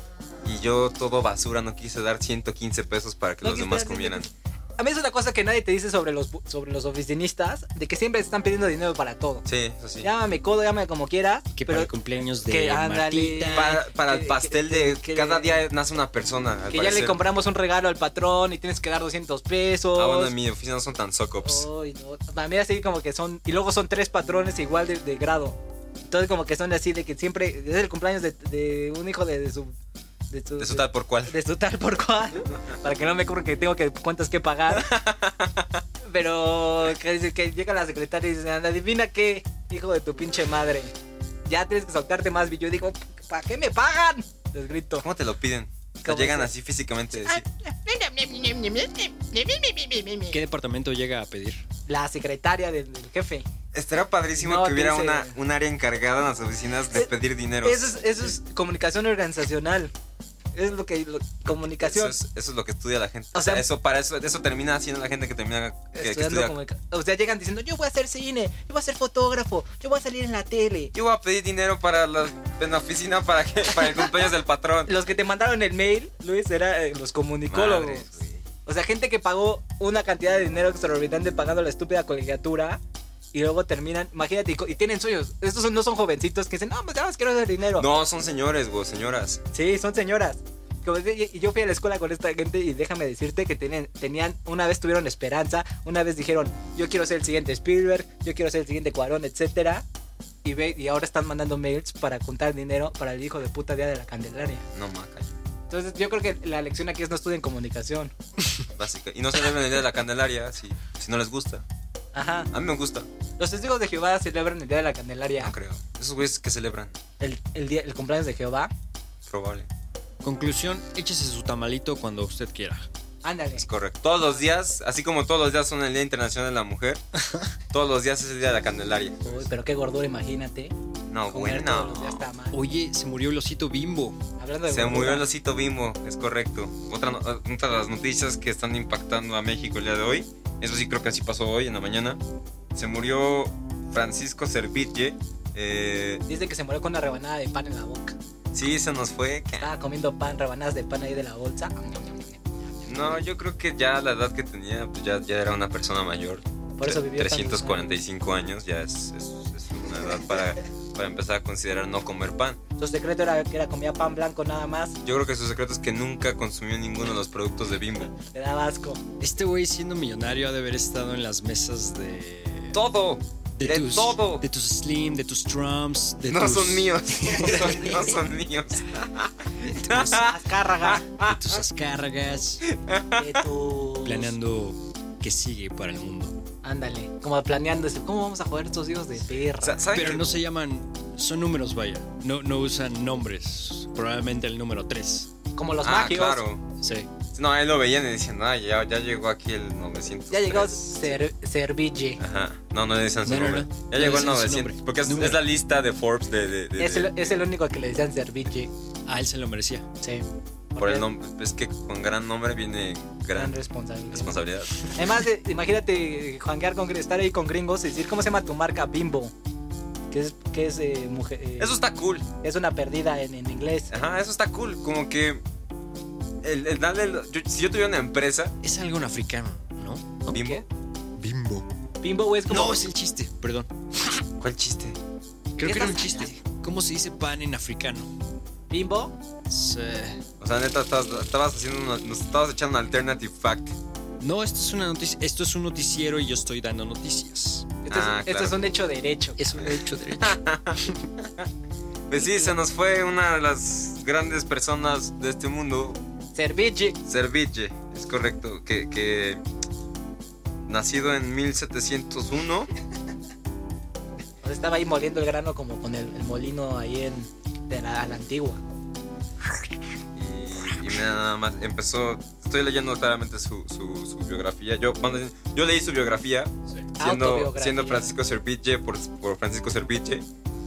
Y yo todo basura, no quise dar 115 pesos para que No los quise demás dar comieran. 115. A mí es una cosa que nadie te dice sobre los, bu- sobre los oficinistas, de que siempre están pidiendo dinero para todo. Sí, eso sí. Llámame codo, llámame como quieras. Que para pero el cumpleaños de que ándale. Martita. Para, para que- el pastel de que- cada día nace una persona. al que ya le parecer. compramos un regalo al patrón y tienes que dar 200 pesos. Ah, bueno, en mi oficina no son tan socops. Ay, no. Para mí así como que son... Y luego son tres patrones igual de, de grado. Entonces como que son así de que siempre... Es el cumpleaños de, de un hijo de, de su... De su, De eso tal por cual. de su tal por cual. Para que no me ocurra que tengo que cuentas que pagar. Pero que, dice que llega la secretaria y dice, "Anda, adivina qué, hijo de tu pinche madre. Ya tienes que soltarte más. Y yo digo, ¿para qué me pagan? Les grito. ¿Cómo te lo piden? O sea, ¿Cómo llegan es? Ah. así físicamente. así. ¿Qué departamento llega a pedir? La secretaria del- del jefe. Estará padrísimo No, que hubiera dice- una, un área encargada en las oficinas de Eh, pedir dinero. Eso es, eso es comunicación organizacional. Es lo que. lo- comunicación. Eso es, eso es lo que estudia la gente. O O sea, sea, eso para eso, eso termina haciendo la gente que termina que, que estudiando estudia. comunica- o sea, llegan diciendo: Yo voy a hacer cine, yo voy a ser fotógrafo, yo voy a salir en la tele. Yo voy a pedir dinero para la, en la oficina para, que, para el cumpleaños del patrón. Los que te mandaron el mail, Luis, eran los comunicólogos. Madres, güey. o sea, gente que pagó una cantidad de dinero extraordinaria pagando la estúpida colegiatura. Y luego terminan, imagínate, y, co- y tienen sueños. Estos son- no son jovencitos que dicen, no, pues nada más quiero hacer dinero. No, son señores, güey, señoras. Sí, son señoras. Como decía, y- y yo fui a la escuela con esta gente y déjame decirte que tenían, tenían, una vez tuvieron esperanza, una vez dijeron, yo quiero ser el siguiente Spielberg, yo quiero ser el siguiente Cuarón, etcétera. Y ve, y ahora están mandando mails para juntar dinero para el hijo de puta día de la Candelaria. No, maca. Entonces yo creo que la lección aquí es no estudien comunicación. Básica. Y no celebran el día de la Candelaria si, si no les gusta. Ajá. A mí me gusta. Los testigos de Jehová celebran el día de la Candelaria, No creo. Esos güeyes que celebran, el, el día, el cumpleaños de Jehová. probable. Conclusión, échese su tamalito cuando usted quiera. Ándale. Es correcto. Todos los días, así como todos los días son el Día Internacional de la Mujer, todos los días es el Día de la Candelaria. Uy, pero qué gordura, imagínate. No, Comer todos bueno. los días está mal. Oye, se murió el osito bimbo. Hablando de Se gordura. murió el osito bimbo, es correcto. Otra, no- eh, otra de las noticias que están impactando a México el día de hoy, eso sí creo que así pasó hoy en la mañana, se murió Francisco Servitje. eh, Dice que se murió con una rebanada de pan en la boca. sí, se nos fue. Estaba comiendo pan, rebanadas de pan ahí de la bolsa. No, yo creo que ya la edad que tenía, pues ya, ya era una persona mayor. Por eso vivió 345 años, ya es, es- es una edad para, para empezar a considerar no comer pan. Su secreto era que era comía pan blanco nada más. Yo creo que su secreto es que nunca consumió ninguno de los productos de bimbo. Le daba asco. Este güey siendo millonario ha de haber estado en las mesas de... ¡Todo! De, ¡De, tus, todo! De tus Slim, de tus Trumps, de no tus... son míos. No son, no son míos. De tus, Ah. Azcárraga. de tus Azcárragas. De tu planeando qué sigue para el mundo. Ándale, como planeándose, ¿cómo vamos a joder estos hijos de perra? O sea, ¿saben Pero qué? no se llaman, son números, vaya. No, no usan nombres. Probablemente el número 3. como los ah, magios. claro. Sí. No, él lo veían y decían, ah, ya, ya llegó aquí el 900. Ya llegó Ser- Serville. Ajá. No, no le dicen su No, no, nombre. no. Ya No llegó el dicen su 900. nombre. Porque es, Número. es la lista de Forbes de. de- de- Es de- el, es el único que le decían Serville. A Ah, él se lo merecía. Sí. por el Porque nombre. Es que con gran nombre viene gran Gran responsabilidad. responsabilidad. Además, eh, imagínate janguear con, estar ahí con gringos y decir, ¿cómo se llama tu marca? Bimbo. Que es, que es eh, mujer. eh, Eso está cool. Es una perdida en, en inglés. Ajá, eso está cool. Como que. El, el darle. lo- yo- si yo tuviera una empresa, Es algo en africano, ¿no? ¿No? Bimbo. ¿Qué? Bimbo. Bimbo es como. No, es el chiste, perdón. ¿Cuál chiste? Creo ¿Qué que era un estás chiste. ¿Cómo se dice pan en africano? Bimbo. Es, eh, O sea, neta, estabas, estabas haciendo. una- nos estabas echando un alternative fact. No, esto es una noticia. Esto es un noticiero y yo estoy dando noticias. Esto, Ah, Este es, esto claro. es un hecho derecho. Es un hecho derecho. Pues sí, se nos fue una de las grandes personas de este mundo, Serville. Serville, es correcto, que, que nacido en 1701, O sea, estaba ahí moliendo el grano como con el, el molino ahí en. De la, a la antigua. y, y mira nada más, empezó, estoy leyendo claramente su, su- su biografía, yo, bueno, yo leí su biografía, siendo, Autobiografía. siendo Francisco Serville, por, por Francisco Serville,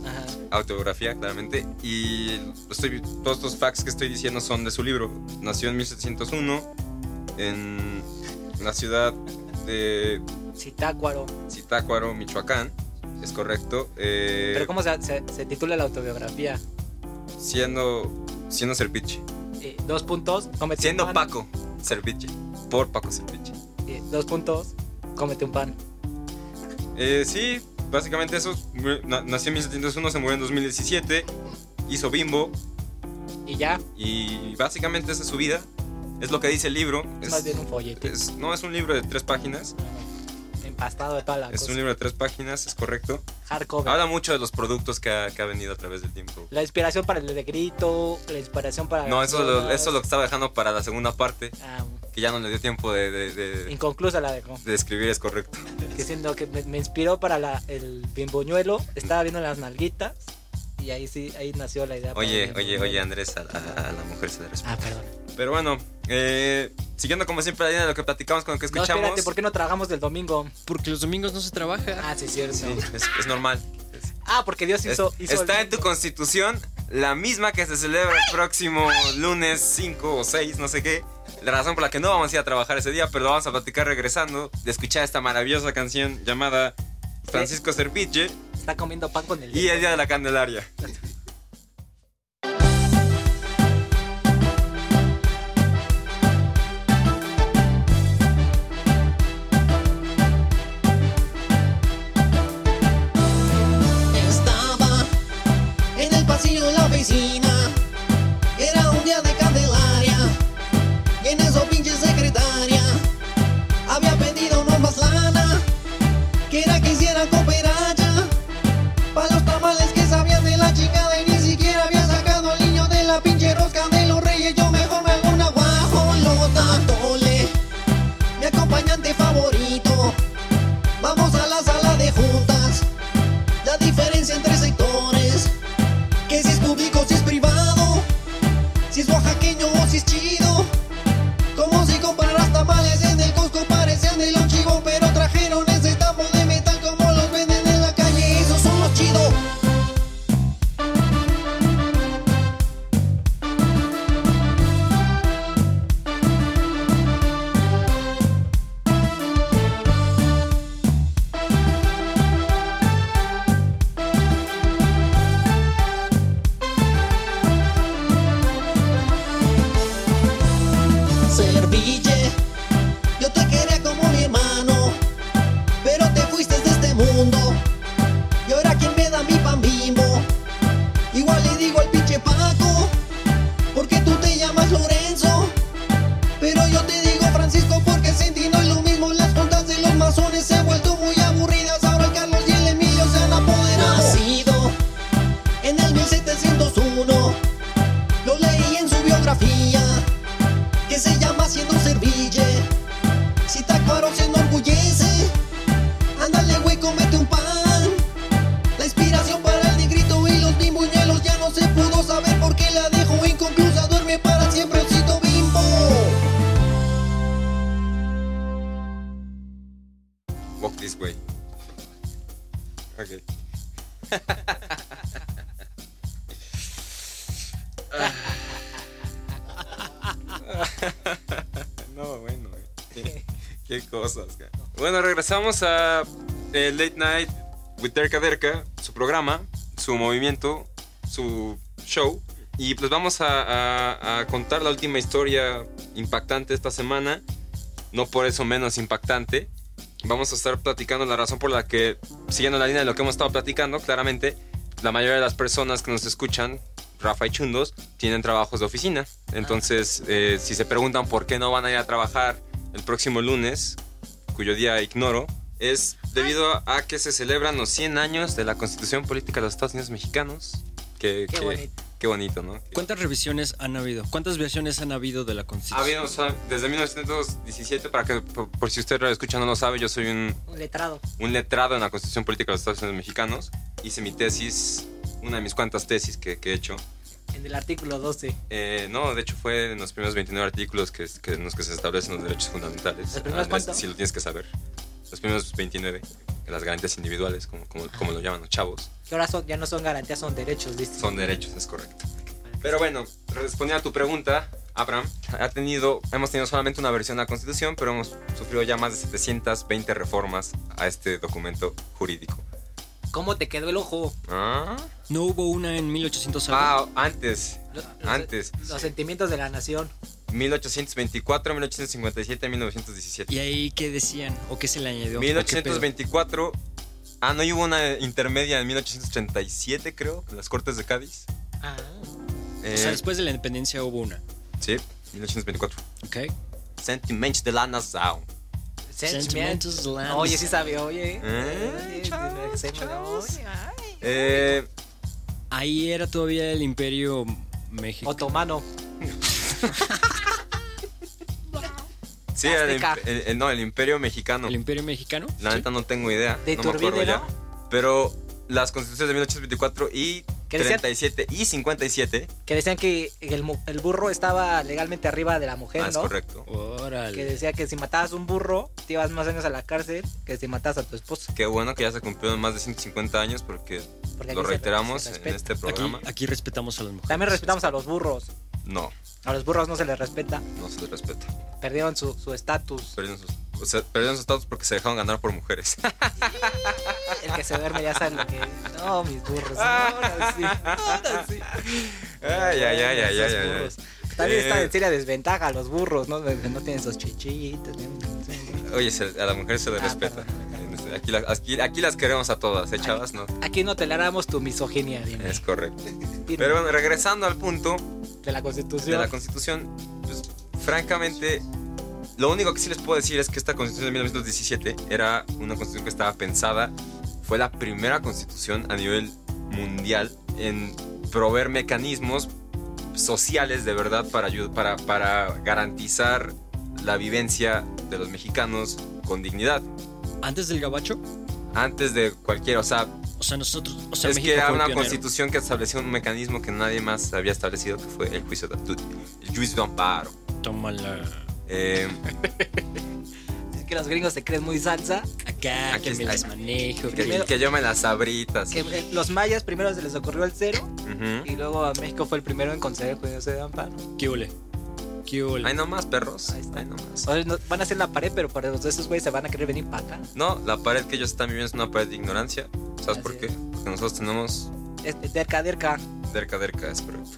Ajá. autobiografía claramente, y lo estoy, todos estos facts que estoy diciendo son de su libro, nació en 1701, en la ciudad de Citácuaro. Zitácuaro, Michoacán, es correcto. eh, Pero ¿cómo se, se- se titula la autobiografía? siendo siendo Serpiche. Eh, dos puntos. Comete Siendo un pan. Paco Serpiche. Por Paco Serpiche. Eh, dos puntos. Cómete un pan. Eh, sí, básicamente eso. mu- na- Nació en 1701, se murió en 2017. Hizo bimbo. Y ya. Y básicamente esa es su vida. Es lo que dice el libro. Es Es, más bien un folletín. es- no, es un libro de tres páginas. Empastado de toda la Es cosa. un libro de tres páginas, es correcto. Hardcover. Habla mucho de los productos que ha, que ha venido a través del tiempo. La inspiración para el grito, la inspiración para. No, las eso, lo, drogas. eso es lo que estaba dejando para la segunda parte, Ah, que ya no le dio tiempo de, de- de- inconclusa la dejó. de escribir, es correcto. Diciendo que me, me inspiró para la, el bimboñuelo. Estaba viendo las nalguitas. Y ahí sí, ahí nació la idea. para Oye, el oye, bimboñuelo. oye, Andrés, a, a- a la mujer se le respeta. Ah, perdón. Pero bueno, eh, siguiendo como siempre la línea de lo que platicamos con lo que No, escuchamos. espérate, ¿por qué no trabajamos del domingo? Porque los domingos no se trabaja. Ah, sí, cierto. Sí, es, es normal. Ah, porque Dios Es- hizo. hizo está el- en tu constitución la misma que se celebra el próximo lunes 5 o 6, no sé qué. La razón por la que no vamos a ir a trabajar ese día, pero lo vamos a platicar regresando, de escuchar esta maravillosa canción llamada Francisco Serpiche Está comiendo pan con el. y el Día de la Candelaria. Estaba en el pasillo de la oficina. Era un día de Candelaria. Y en eso pinche secretaria había pedido no más lana. Que era que hiciera cooperacha. Para los tamales que sabían de la chingada y ni siquiera había sacado al niño de la pinche rosca de los reyes. Yo mejor me hago una guajolota tole. Mi acompañante favorito. Vamos a la sala de juntas la diferencia entre sectores. Que si es público, si es privado, si es oaxaqueño o si es chido. Como si compraras tamales en el Costco, parecían de los chivo, pero trajeron ese tambo de metal como los venden en la calle, esos son los chidos. Serville, yo te quería como mi hermano, pero te fuiste de este mundo. Y ahora quien me da mi pan bimbo, igual le digo al pinche Paco, porque tú te llamas Lorenzo. Pero yo te digo Francisco porque sin ti no es lo mismo Las juntas de los masones se han vuelto muy aburridas Ahora el Carlos y el Emilio se han apoderado Nacido en el 1701 Lo leí en su biografía que se llama Siendo Serville. No, bueno, güey. qué, qué cosas. güey. Bueno, regresamos a eh, Late Night with Derka Derka, su programa, su movimiento, su show. Y pues vamos a, a- a contar la última historia impactante esta semana, no por eso menos impactante. Vamos a estar platicando la razón por la que, siguiendo la línea de lo que hemos estado platicando, claramente la mayoría de las personas que nos escuchan, Rafa y Chundos, tienen trabajos de oficina. Entonces, eh, si se preguntan por qué no van a ir a trabajar el próximo lunes, cuyo día ignoro, es debido a que se celebran los 100 años de la Constitución Política de los Estados Unidos Mexicanos. Que, Qué que- bonito. qué bonito, ¿no? ¿Cuántas revisiones han habido? ¿Cuántas versiones han habido de la Ha Constitución? habido, Ah, o sea, desde 1917, para que, por, por si usted lo escucha no lo sabe, yo soy un, Un letrado. un letrado en la Constitución Política de los Estados Unidos Mexicanos. Hice mi tesis, una de mis cuantas tesis que, que he hecho. En el artículo 12. Eh, no, de hecho fue en los primeros 29 artículos que, que- en los que se establecen los derechos fundamentales. Ah, ¿Los primeros cuánto? Si lo tienes que saber. Los primeros 29, las garantías individuales, como, como, como lo llaman los chavos, Que ahora son, ya no son garantías, son derechos, ¿viste? son derechos, es correcto. Pero bueno, respondiendo a tu pregunta, Abraham, ha tenido, hemos tenido solamente una versión de la Constitución, pero hemos sufrido ya más de 720 reformas a este documento jurídico. ¿Cómo te quedó el ojo? Ah, No hubo una en 1800 algo? ah, antes, Lo- los- antes, Los sentimientos de la nación. 1824, 1857, 1917. ¿Y ahí qué decían? ¿O qué se le añadió? ¿O qué pedo? 1824. Ah, no, y hubo una intermedia en 1887, creo, en las Cortes de Cádiz. Ah, Eh, O sea, después de la independencia hubo una. Sí, 1824. ¿Ok? Sentimentos de la Nassau. sentimientos. de la- Oye, sí sabe, oye. Eh, Oye, chavos, se me- chavos. oye, ay. Eh, Ahí era todavía el imperio México. Otomano. sí, era el, Azteca. imp- el- el- no, el Imperio Mexicano. Ah, ¿El imperio mexicano? La neta no tengo idea. De no me acuerdo Iturbide, ya. ¿no? Pero las constituciones de 1824 y ¿Qué decían? 37 y 57. Que decían que el, mu- el burro estaba legalmente arriba de la mujer, Ah, es ¿no? correcto. Que Órale. decía que si matabas un burro, te ibas más años a la cárcel que si matabas a tu esposa. Qué bueno que ya se cumplieron más de 150 años porque, Porque lo aquí se- reiteramos se en respeta. este Aquí, programa. aquí respetamos a las mujeres. También respetamos a los burros. No, A los burros no se les respeta. no se les respeta. Perdieron su su estatus. Perdieron sus, o sea, perdieron sus estatus porque se dejaron ganar por mujeres. El que se duerme ya sabe lo que. No, mis burros. Ahora sí. Ahora sí. ay, ay, ay, ay, ay, Esos ay, burros. También Eh. está en seria desventaja a los burros, ¿no? Que No tienen sus chichitas. ¿no? Sí. ay. Oye, se- a las mujeres se les Ah, respeta. este, Aquí, las- aquí, aquí las queremos a todas, ¿eh, chavas? No, Aquí no toleramos tu misoginia, dime. es correcto. Dime, Pero bueno, regresando al punto de la de Constitución. la Constitución, pues, francamente, lo único que sí les puedo decir es que esta Constitución de 1917 era una Constitución que estaba pensada, fue la primera Constitución a nivel mundial en proveer mecanismos sociales de verdad para, ayu- para, para garantizar la vivencia de los mexicanos con dignidad. Antes del gabacho, Antes de cualquier, o sea, o sea, nosotros, o sea, es que México era fue una pionero. constitución que establecía un mecanismo que nadie más había establecido, que fue el juicio de, el juicio de amparo. Tómala. Eh, Es que los gringos se creen muy salsa. Acá, Aquí que me está. las manejo. que- que, que yo me las abritas. Que eh, los mayas primero se les ocurrió el cero Ujú. y luego a México fue el primero en conceder el juicio de amparo. ¿Qué ole? ¿Qué ole? Ahí nomás, perros. Ahí está. Ahí nomás. O sea, no- Van a hacer la pared, pero para los de esos güeyes se van a querer venir para acá. No, la pared que ellos están viviendo es una pared de ignorancia. ¿Sabes Así por qué? es. Porque nosotros tenemos Este, derca, derca. derca, derca, es correcto.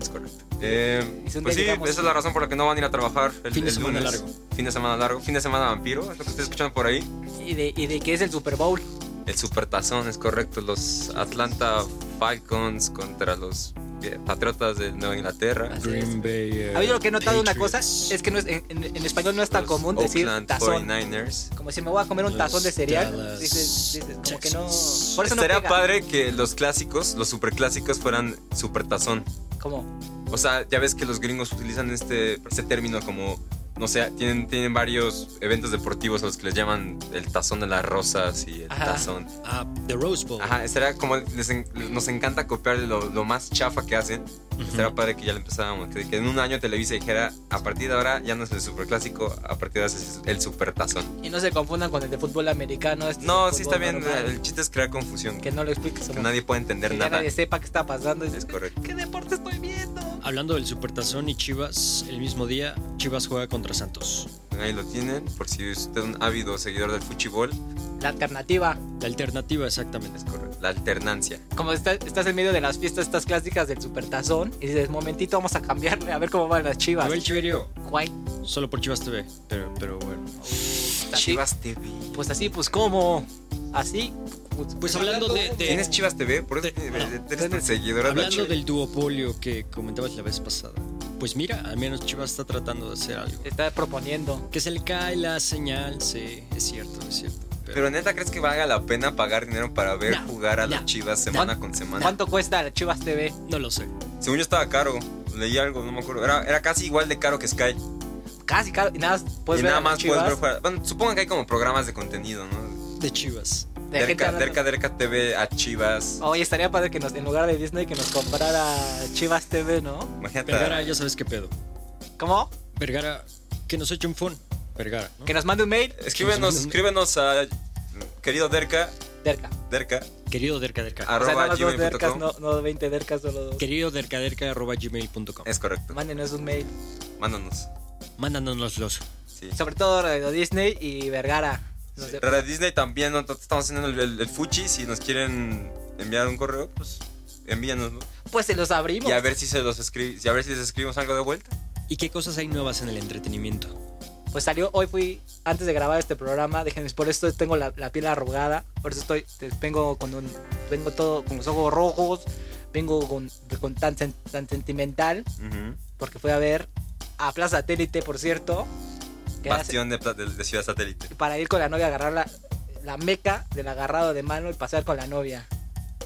Es correcto. Eh, Y si un pues día sí, llegamos- esa es la razón por la que no van a ir a trabajar el, Fin de el semana lunes. largo. Fin de semana largo. Fin de semana vampiro, es lo que estoy escuchando por ahí. Y de, y de que es el Super Bowl. El supertazón, es correcto. Los Atlanta Falcons contra los eh, Patriotas de Nueva Inglaterra. Green Bay. eh, A mí lo que he notado una cosa Patriots. es que no es- en, en- en español no es tan Los común decir Oakland tazón. 49ers. Como si me voy a comer un Los tazón de cereal. Dallas Dices, dices, como que no. Texans. Por eso no Estaría pega. padre que los clásicos, los superclásicos fueran supertazón. Como, O sea, ya ves que los gringos utilizan este, este término como, no sé, tienen, tienen varios eventos deportivos a los que les llaman el tazón de las rosas y el Ajá. tazón. Ah, The Rose Bowl. Ajá, estaría como, les en- nos encanta copiar lo, lo más chafa que hacen Estaría padre que ya lo empezábamos. Que, que en un año Televisa dijera, a partir de ahora ya no es el superclásico, a partir de ahora es el supertazón. Y no se confundan con el de fútbol americano. este No, es sí fútbol está bien. normal. El chiste es crear confusión. Que Que, no lo expliques. a nadie puede entender que ya nada. nadie sepa qué está pasando. Es correcto. ¿Qué deporte estoy viendo? Hablando del Supertazón y Chivas, el mismo día Chivas juega contra Santos. Ahí lo tienen. Por si usted es un ávido seguidor del fútbol, La alternativa. La alternativa exactamente. es correcto. La alternancia. Como está- estás en medio de las fiestas estas clásicas del supertazón y dices, momentito, vamos a cambiarle a ver cómo van las chivas. A ver, Chiverio. Guay. pues Solo por Chivas TV. Pero, pero bueno. Chivas TV. Pues así, pues cómo. Así. Pues, Pues hablando de- de- ¿Tienes Chivas TV? Por eso Te- eres tan seguidora de la Hablando Chivas. del duopolio que comentabas la vez pasada. Pues mira, al menos Chivas está tratando de hacer algo. Está proponiendo. Que se le cae la señal, sí, es cierto, es cierto. Pero, Pero neta, ¿crees que valga la pena pagar dinero para ver No, jugar a las no, Chivas semana no, con semana? ¿Cuánto cuesta la Chivas TV? no lo sé. Según yo estaba caro. Leí algo, no me acuerdo. Era, era casi igual de caro que Sky. Casi, caro. Y nada, más puedes y ver nada a las más Chivas. puedes ver fuera. Bueno, supongo que hay como programas de contenido, ¿no? De Chivas. de gente Derca, hablando. Oh, Derca, Derca TV a Chivas. Oye, estaría padre que nos, en lugar de Disney, que nos comprara Chivas TV, ¿no? Imagínate. Vergara, ya sabes qué pedo. ¿Cómo? Vergara, que nos eche un fon. Vergara. ¿no? Que nos mande un mail. Escríbenos, escríbenos a querido Derca, Derca. Derca, Querido Derka Derka. O sea, arroba nada más dos dercas, gmail.com. no, no 20 dercas, solo dos. Querido dercaderca arroba gmail.com. Es correcto. Mándenos un mail. Mándanos. Mándanos los. Sí. Sobre todo Radio Disney y Vergara. No sé. Radio Disney también, nosotros estamos haciendo el, el- el Fuchi. Si nos quieren enviar un correo, pues envíanoslo. Pues se los abrimos. Y a ver si se los escribe, a ver si les escribimos algo de vuelta. ¿Y qué cosas hay nuevas en el entretenimiento? Pues salió, hoy fui, antes de grabar este programa, déjenme, por esto tengo la, la piel arrugada, por eso estoy, te- vengo con un, vengo todo con los ojos rojos, vengo con, con tan, sen- tan sentimental, porque fui a ver a Plaza Satélite, por cierto, que era- Bastión de, pla- de- de Ciudad Satélite. para ir con la novia a agarrar la, la meca del agarrado de mano y pasar con la novia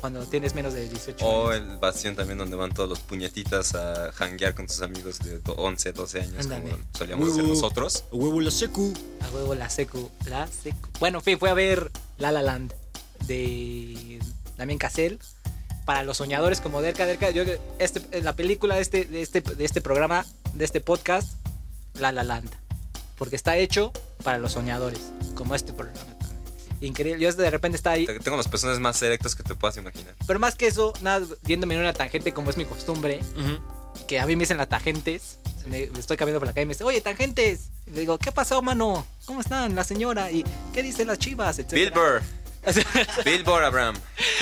cuando tienes menos de 18 O años. el Bastión también donde van todos los puñetitas a janguear con sus amigos de do- 11, 12 años, Ándale. como solíamos hacer Uh. nosotros. Huevo la secu. A huevo la secu, la secu. Bueno, en fin, fui a ver La La Land de Damien Cassell. Para los soñadores como Derka Derka, yo este, en la película de este, de este, de este programa, de este podcast, La La Land. Porque está hecho para los soñadores, como este programa. Increíble, yo de repente estaba ahí Te- Tengo los personajes más selectos que te puedas imaginar. Pero más que eso, nada, yéndome en una tangente como es mi costumbre, que a mí me dicen las tangentes, me, me estoy cambiando por la calle y me dicen, oye, tangentes. Y le digo, ¿qué pasó, mano? ¿Cómo están? La señora, ¿y qué dicen las chivas? etcétera? Billboard, Billboard Abraham.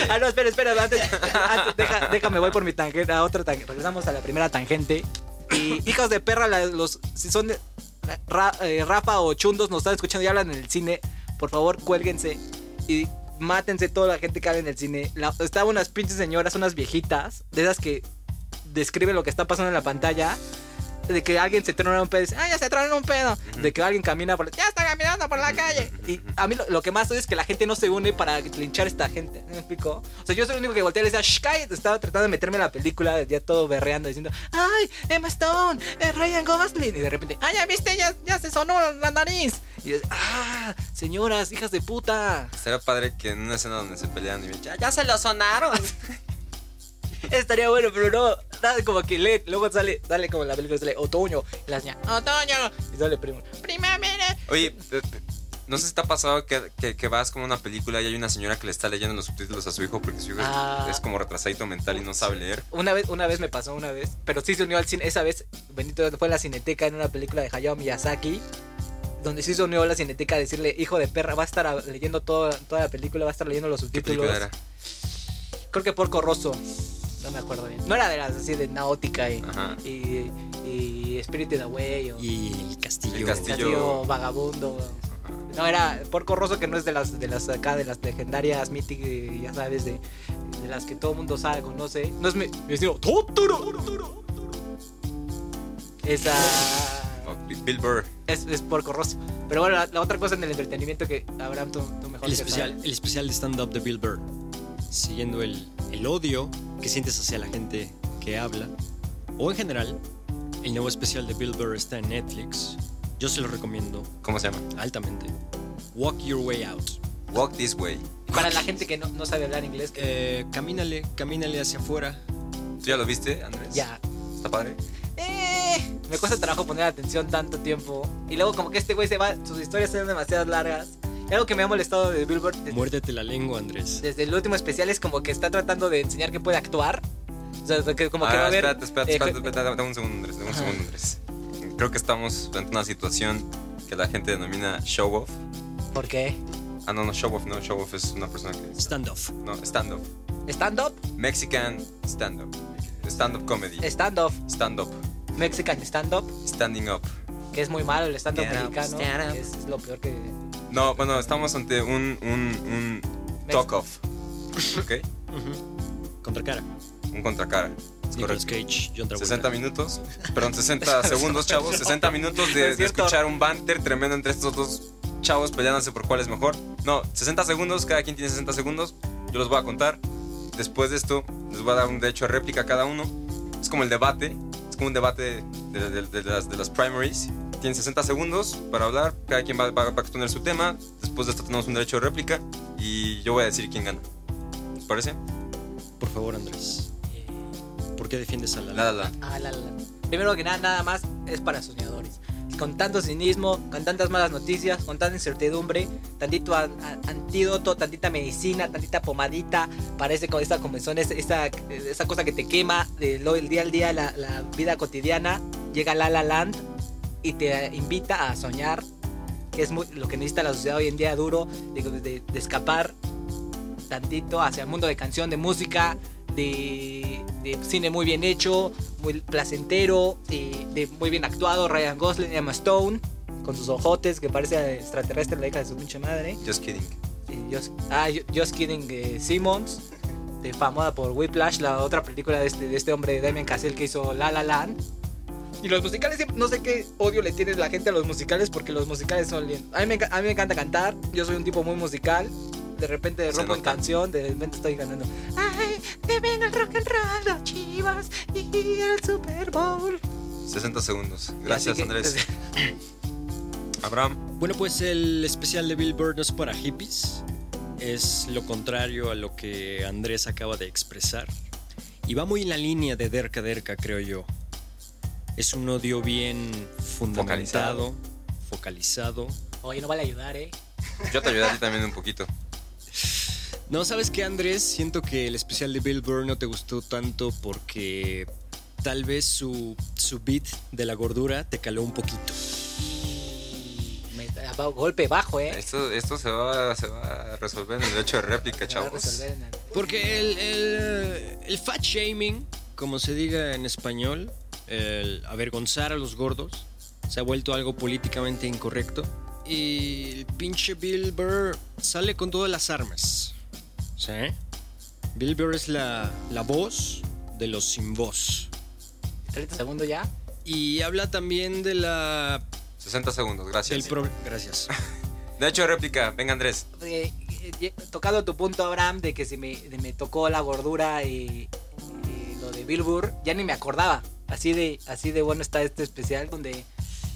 ah, no, espera, espera, antes, antes, deja- déjame, voy por mi tangente, a otra tangente. Regresamos a la primera tangente. Y hijos de perra, la- los, si son de- Ra- eh, Rafa o Chundos, nos están escuchando y hablan en el cine, por favor, cuélguense y mátense toda la gente que habla en el cine. La- estaban unas pinches señoras, unas viejitas, de esas que describen lo que está pasando en la pantalla. De que alguien se trona un pedo y dice, ¡ah, ya se tronó un pedo! De que alguien camina por la... ¡Ya está caminando por la calle! Y a mí lo, lo que más odio es que la gente no se une para linchar a esta gente. ¿Me explico? O sea, yo soy el único que voltea y le decía, ¡shh, cállate! Estaba tratando de meterme en la película, ya todo berreando, diciendo, ¡ay, Emma Stone! eh, Ryan Gosling! Y de repente, ¡ay, ya viste! ¡Ya, ya se sonó la nariz! Y yo, ¡ah, señoras, hijas de puta! Será padre que en una escena donde se pelean y me ya, ya se lo sonaron. Estaría bueno, pero no. Nada como que le, luego sale, sale como en la película, sale otoño. Y la niña, otoño. Y sale primo. Primavera. Oye, te- te- no sé si te ha pasado que, que- que vas como a una película y hay una señora que le está leyendo los subtítulos a su hijo porque su hijo es- Ah. es como retrasadito mental y no sabe leer. Una vez, una vez me pasó una vez, pero sí se unió al cine. Esa vez, bendito Dios, fue a la cineteca en una película de Hayao Miyazaki. Donde sí se unió a la cineteca a decirle, hijo de perra, va a estar a- leyendo todo- toda la película, va a estar leyendo los ¿Qué subtítulos. película era? Creo que Porco Rosso. No me acuerdo bien. No era de las así de Naótica y, Ajá. y, y Spirited Away. O... Y el castillo. El El castillo. Castillo Vagabundo. No, era Porco Rosso, que no es de las de las acá, de las legendarias míticas, eh, ya sabes, de, de las que todo el mundo sabe, conoce. No es mi, mi estilo. ¡Totoro! Esa. O Billboard. Es, es Porco Rosso. Pero bueno, la, la otra cosa en el entretenimiento que Abraham, tú, tú mejor El que especial, sabes. el especial de stand-up de Bill Burr. Siguiendo el, el odio que sientes hacia la gente que habla. O en general, el nuevo especial de Bill Burr está en Netflix. Yo se lo recomiendo ¿Cómo se llama? altamente. Walk Your Way Out. Walk This Way. Para la gente que no, no sabe hablar inglés, que Eh, camínale, camínale hacia afuera. ¿Tú ya lo viste, Andrés? Ya. Está padre. Eh, me cuesta trabajo poner atención tanto tiempo. Y luego como que este güey se va, sus historias son demasiadas largas. Y algo que me ha molestado de Billboard desde, Muérdete la lengua, Andrés. desde el último especial es como que está tratando de enseñar que puede actuar. O sea, que como que Ah, va a haber... espérate, espérate, eh, espérate, je- espérate, dame un segundo, Andrés, dame un segundo, Andrés. Creo que estamos ante una situación que la gente denomina show off. ¿Por qué? Ah, no, no, show off, no, show off es una persona que. Standoff. No, stand up. ¿Stand-up? Mexican stand up. Stand up comedy. Stand-up. Stand up. Mexican stand-up. Standing up. Que es muy malo el stand-up Stand up, mexicano. stand up. que Es, es lo peor que... No, bueno, estamos ante un, un, un Mex- talk off. ¿Ok? Contra cara. Un contracara. Es Nicolas correcto. Cage, John Travolta. 60 minutos, perdón, 60 segundos, chavos. 60 minutos de, No es de cierto. escuchar un banter tremendo entre estos dos chavos peleándose por cuál es mejor. No, 60 segundos, cada quien tiene 60 segundos. Yo los voy a contar. Después de esto, les voy a dar un derecho a réplica a cada uno. Es como el debate, es como un debate de, de- de las, de las primaries. Tienen 60 segundos para hablar, cada quien va, va- va a exponer su tema. Después de esto, tenemos un derecho a réplica y yo voy a decir quién gana. ¿Les parece? Por favor, Andrés. ¿Por qué defiendes a la... La, la, la. Ah, la, la, la. Primero que nada, nada más es para soñadores. Con tanto cinismo, con tantas malas noticias, con tanta incertidumbre, tantito an- an- antídoto, tantita medicina, tantita pomadita, parece con esta comezón, es- esa, esa cosa que te quema del día al día, la, la vida cotidiana, llega La La Land y te invita a soñar, que es muy- lo que necesita la sociedad hoy en día duro, de, de- de escapar tantito hacia el mundo de canción, de música, de, de cine muy bien hecho, muy placentero, de, de muy bien actuado, Ryan Gosling, Emma Stone, con sus ojotes que parece extraterrestre la hija de su pinche madre. Just kidding. Y Just, ah, Ju- Just Kidding eh, Simmons, de famosa por Whiplash, la otra película de este, de este hombre, Damien Cassell, que hizo La La Land. Y los musicales, siempre- no sé qué odio le tiene la gente a los musicales, porque los musicales son bien. A mí me, enca- a mí me encanta cantar, yo soy un tipo muy musical. De repente Se rompo en nota. canción, de repente estoy ganando. ¡Ay! ¡Que venga el rock and roll, los chivas y el Super Bowl! 60 segundos. Gracias, Así que- pues, Andrés. Abraham. Bueno, pues el especial de Billboard no es para hippies. Es lo contrario a lo que Andrés acaba de expresar. Y va muy en la línea de Derka Derka, creo yo. Es un odio bien fundamentado, focalizado. Oye, no vale ayudar, ¿eh? Yo te ayudé a ti también un poquito. No, ¿sabes qué, Andrés? Siento que el especial de Billboard no te gustó tanto porque tal vez su, su beat de la gordura te caló un poquito. Me, a- golpe bajo, ¿eh? Esto, esto se, va, se va a resolver en el hecho de réplica, Me va a chavos. resolver en el- Porque el, el- el fat shaming, como se diga en español, el avergonzar a los gordos, se ha vuelto algo políticamente incorrecto. Y el pinche Bill Burr sale con todas las armas. ¿Sí? Bill Burr es la, la voz de los sin voz. 30 segundos ya. Y habla también de la... 60 segundos, del gracias. pro- Gracias. De hecho de réplica, venga Andrés. eh, eh, eh, tocado tu punto, Abraham, de que se me, de me tocó la gordura y, y lo de Billboard, ya ni me acordaba. Así de, así de bueno está este especial donde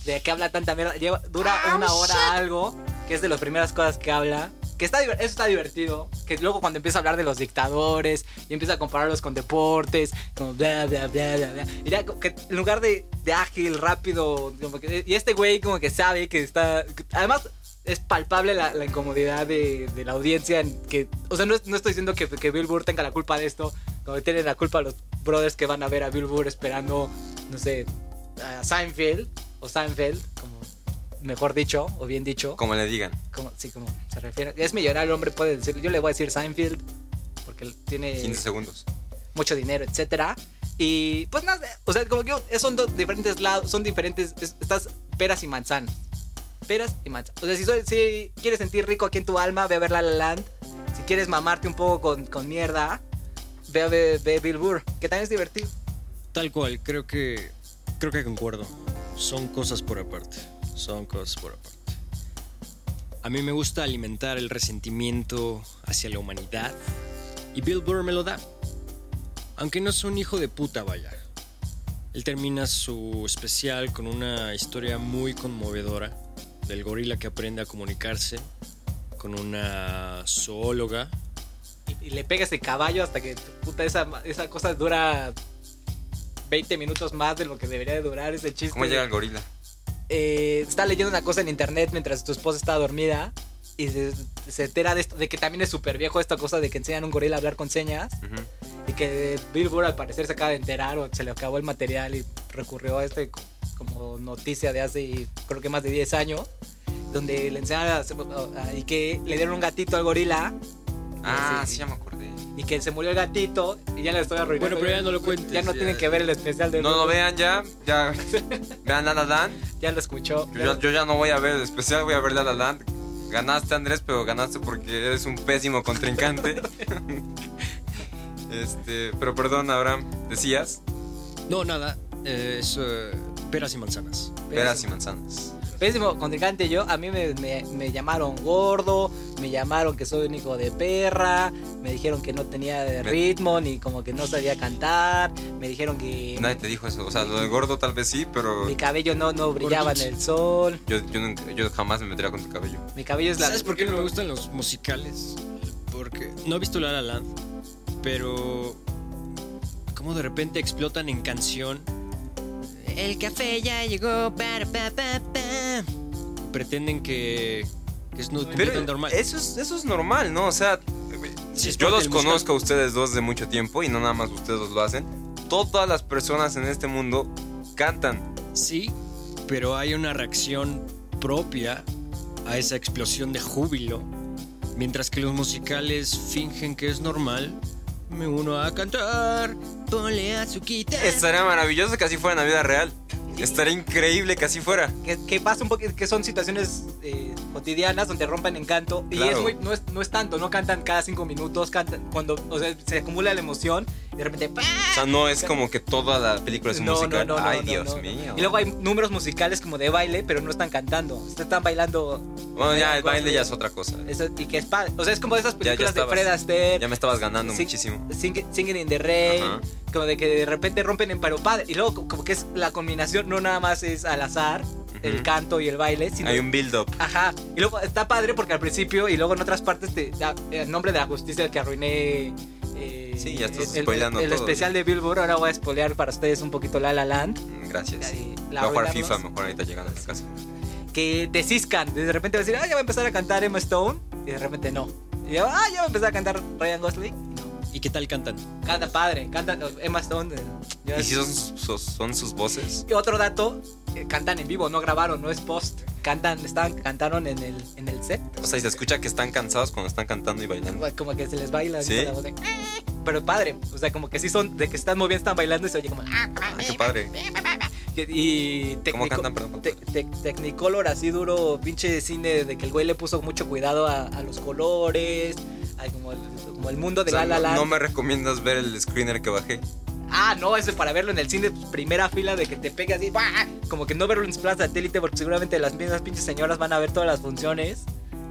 de que habla tanta mierda. Lleva- dura una hora algo, que es de las primeras cosas que habla. Que está, diver- eso está divertido. Que luego cuando empieza a hablar de los dictadores y empieza a compararlos con deportes, como bla, bla, bla, bla, bla. Y ya como que en lugar de, de ágil, rápido, como que- y este güey como que sabe que está... que- además, es palpable la, la incomodidad de, de la audiencia. en que, o sea, no, es- no estoy diciendo que, que Bill Burr tenga la culpa de esto. Como que tienen la culpa los brothers que van a ver a Bill Burr esperando, no sé, a Seinfeld o Seinfeld, como mejor dicho o bien dicho. Como le digan. Como, sí, como se refiere. Es millonario el hombre, puede decirlo. Yo le voy a decir Seinfeld porque tiene 15 segundos. este, mucho dinero, etcétera. Y pues nada, o sea, como que es- son dos diferentes lados, son diferentes, es- estás peras y manzanas. Peras y manzanas. O sea, si, soy- si quieres sentir rico aquí en tu alma, ve a ver La La Land. Si quieres mamarte un poco con, con mierda, ve a ver ve Bill Burr, que también es divertido. Tal cual, creo que creo que concuerdo. Son cosas por aparte. Son cosas por aparte. A mí me gusta alimentar el resentimiento hacia la humanidad y Bill Burr me lo da. Aunque no es un hijo de puta, vaya. Él termina su especial con una historia muy conmovedora del gorila que aprende a comunicarse con una zoóloga Y, y le pega ese caballo hasta que puta, esa, esa cosa dura 20 minutos más de lo que debería de durar ese chiste. ¿Cómo llega el gorila? eh, está leyendo una cosa en internet mientras tu esposa está dormida y se, se entera de, esto, de que también es súper viejo esta cosa de que enseñan a un gorila a hablar con señas Ujú. y que Billboard al parecer se acaba de enterar o se le acabó el material y recurrió a este co- como noticia de hace creo que más de 10 años donde le enseñan a- a- y que le dieron un gatito al gorila Ah, sí. sí, ya me acordé. y que se murió el gatito y ya la estoy arruinando Bueno, pero ya no lo cuentes. ya no ya. tienen que ver el especial de No lo vean ya, ya. Vean La La Land. ya lo escuchó Yo, ya- yo ya no voy a ver el especial, voy a ver La La Land. Ganaste, Andrés, pero ganaste porque eres un pésimo contrincante. este, pero perdón, Abraham, decías No, nada. eh, es eh, peras y manzanas. peras y manzanas. Pésimo contrincante yo, a mí me, me- me llamaron gordo, me llamaron que soy un hijo de perra, me dijeron que no tenía de Me- ritmo, ni como que no sabía cantar, me dijeron que Nadie te dijo eso. O sea, lo de gordo tal vez sí, pero mi cabello no, no brillaba en Gordito. el sol, yo, yo, nunca- yo jamás me metería con tu cabello. mi cabello es la... ¿Sabes por qué no me gustan los musicales? Porque no he visto La La Land, pero como de repente explotan en canción. El café ya llegó para pa, pa, pa. Pretenden que, que es no, Pero completamente normal. Eso, es, eso es normal, ¿no? O sea, Sí, es yo parte los del musical. conozco a ustedes dos de mucho tiempo y no nada más ustedes dos lo hacen. Todas las personas en este mundo cantan. Sí, pero hay una reacción propia a esa explosión de júbilo. Mientras que los musicales fingen que es normal, me uno a cantar, ponle a su guitarra. Estaría maravilloso que así fuera en la vida real. Estaría increíble que así fuera. Que, que pasa un poquito, que son situaciones eh, cotidianas donde rompen encanto y Claro. es muy, no, es, no es tanto, no cantan cada cinco minutos, cantan cuando o sea, se acumula la emoción y de repente ¡pam! O sea, no es como que toda la película es un musical. Ay, Dios no. mío. Y luego hay números musicales como de baile, pero no están cantando. Están bailando. bueno, ya el Cosas baile de- ya es otra cosa. eso- y que es padre. O sea, es como de esas Ya- ya películas de estabas- Fred Astaire. Ya me estabas ganando Sing- muchísimo. Sing- Singing in the Rain. Ajá. Como de que de repente rompen en paro padre. Y luego, co- como que es la combinación, no nada más es al azar, el canto y el baile, sino. Hay un build-up. Ajá, y luego está padre porque al principio y luego en otras partes te da el nombre de la justicia el que arruiné eh, Sí, ya estás el, spoileando el todo. especial de Billboard. Ahora voy a spoilear para ustedes un poquito La La Land. Mm, Gracias. Sí, la Voy a jugar arruinamos. FIFA mejor ahorita llegando a mi casa. que te ciscan. De repente va a decir, ah, ya va a empezar a cantar Emma Stone. Y de repente no. Y yo, ah, ya va a empezar a cantar Ryan Gosling. No. ¿Y qué tal cantan? Canta padre, canta no, Emma Stone. eh, ya ¿Y es- si son, sus- son sus voces? Y otro dato, eh, cantan en vivo, no grabaron, no es post. Cantan, estaban, cantaron en el, en el set. O sea, y se escucha que están cansados cuando están cantando y bailando. Como que se les baila. ¿Sí? la voz de, "Ah". Pero padre, o sea, como que sí son, de que están muy bien, están bailando y se oye como... "Ah". Ah, qué padre. Y- Y técnico- cantan, perdón? te- te- Technicolor así duro, pinche cine de que el güey le puso mucho cuidado a, a los colores, a como, el, como el mundo de O sea, la la no, Land. no me recomiendas ver el screener que bajé. Ah, no, eso es para verlo en el cine, pues, primera fila de que te pegue así, ¡buah! como que no verlo en Plaza Satélite porque seguramente las mismas pinches señoras van a ver todas las funciones.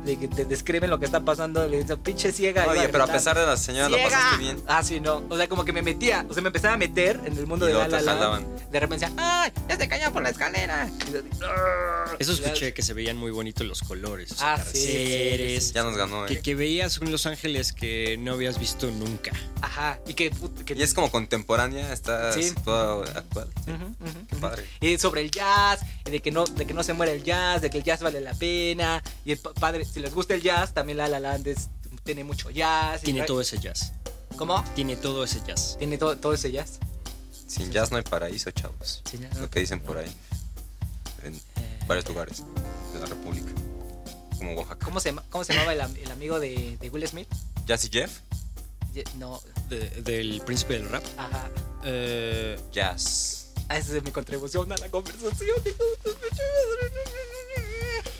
De que te describen lo que está pasando, le dicen, pinche ciega. iba Oye, pero a gritar". pesar de la señora, la ¡Ciega! pasaste bien. Ah, sí, no. O sea, como que me metía, o sea, me empezaba a meter en el mundo Y de la luego la te Land. jalaban. De repente decía, ¡ay! Ya se cañó por la escalera. Y yo así, "Arr". Eso Ya- escuché que se veían muy bonitos los colores. los Ah, atardeceres, sí, sí, Ya nos ganó, Que, eh. que veías un Los Ángeles que no habías visto nunca. Ajá, y que... put- que Y es como contemporánea, está Sí. toda actual. Ujú, ujú, Qué ujú. padre. Y sobre el jazz, y de que no, de que no se muera el jazz, de que el jazz vale la pena. Y el pa- padre, si les gusta el jazz, también La La Land es- tiene mucho jazz. y Tiene tra- todo ese jazz. ¿Cómo? Tiene todo ese jazz. Tiene todo, todo ese jazz. Eh, Sin jazz no hay paraíso, chavos. Sí, ya. Es Lo que dicen por ahí. En varios lugares de la República. Como Oaxaca. ¿Cómo se, llama- cómo se llamaba el, am- el amigo de, de Will Smith? ¿Jazz y Jeff? Ye- No, De- del príncipe del rap. ajá. Eh, Jazz. Ah, Esa es mi contribución a la conversación.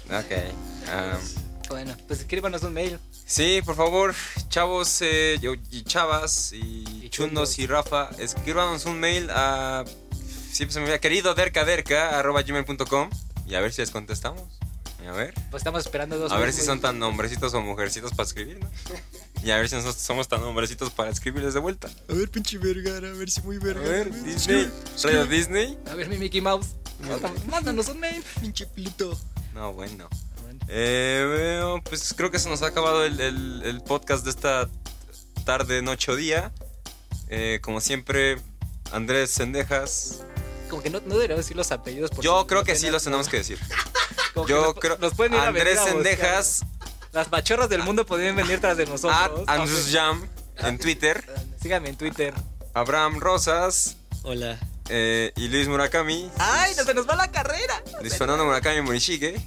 Ok. um, Bueno, pues escríbanos un mail. Sí, por favor, chavos eh, y- y chavas y, chundos Y chundos. y Rafa, escríbanos un mail a siempre se me olvida, querido derca derca arroba gmail.com y a ver si les contestamos. Y a ver, Pues estamos esperando dos a ver mails si muy- son tan hombrecitos o mujercitos para escribir, ¿no? Y a ver si nosotros somos tan hombrecitos para escribirles de vuelta. a ver, pinche vergara, a ver si muy A vergara. ver, ver, Disney, Radio Disney. A ver, mi Mickey Mouse. Mándanos un mail. Pinche pelito. No, bueno. Eh, bueno, pues creo que se nos ha acabado el, el- el podcast de esta tarde, noche o día. Eh, como siempre, Andrés Sendejas. Como que no, no deberíamos decir los apellidos. por Yo si creo nos que sí suena- los tenemos que decir. como que Yo nos- creo. nos pueden ir a venir Andrés a buscar, Sendejas, Ah, ¿no? Las machorras del mundo podrían venir tras de at nosotros. Andrews Jam en Twitter. Aunque- Síganme en Twitter. Abraham Rosas Hola. eh, y Luis Murakami. ¡Ay, no se nos va la carrera! Luis Fernando Murakami Morishige.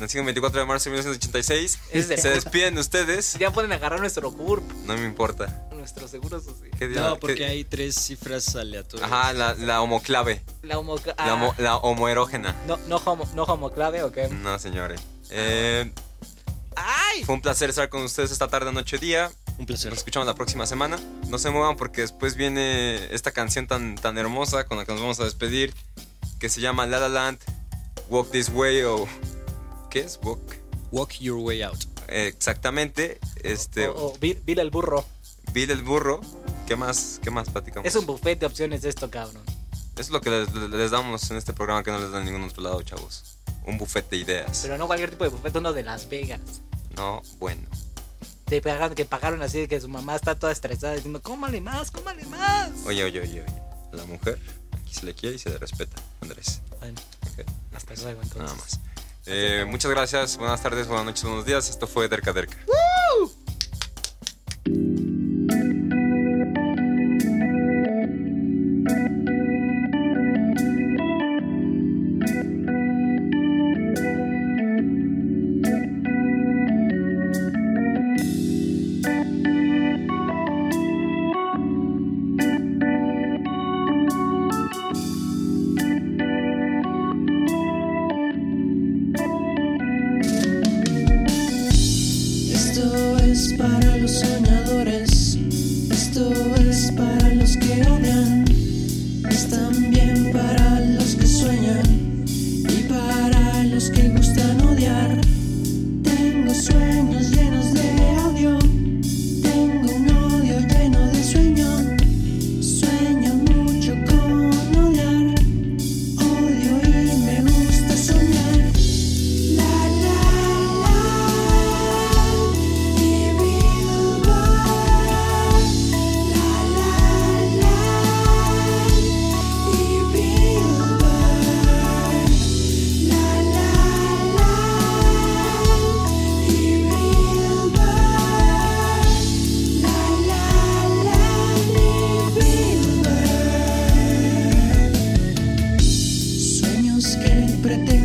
Nacido el 24 de marzo de 1986. Es de- Se despiden de ustedes. Ya pueden agarrar nuestro CURP, No me importa. nuestro seguro social. ¿Qué día- No, porque qué- hay tres cifras aleatorias. Ajá, la, la homoclave. La homo... La, ah, homo- la homoerógena. no, no, homo, no homoclave, ¿o qué? No, señores. Eh, ¡Ay! fue un placer estar con ustedes esta tarde, noche, día. Un placer. Nos escuchamos la próxima semana. No se muevan porque después viene esta canción tan, tan hermosa con la que nos vamos a despedir. Que se llama La La Land, Walk This Way o... ¿Qué es? Walk. Walk your way out. Eh, exactamente. Este... O, o Bill, Bill el burro. Bill el burro. ¿Qué más? ¿Qué más platicamos? Es un buffet de opciones esto, cabrón. Es lo que les, les damos en este programa que no les dan en ningún otro lado, chavos. Un bufete de ideas. Pero no cualquier tipo de buffet, uno de Las Vegas. No, bueno. Te pagan, que pagaron así de que su mamá está toda estresada diciendo, cómale más, cómale más. Oye, oye, oye, oye. A la mujer aquí se le quiere y se le respeta, Andrés. Bueno, Ok, hasta luego entonces. nada más. Eh, muchas gracias, buenas tardes, buenas noches, buenos días. Esto fue Derca Derca. Esto es para los soñadores, esto es para los que odian, es también para los que sueñan y para los que gustan odiar. Tengo sueños llenos de odio, tengo un odio lleno de sueño, sueño mucho con odiar, odio y me gusta soñar. La la la, mi Billboard. La la la, mi Billboard. La la la, mi Billboard. La la la, mi Billboard. Sueños que pretenden este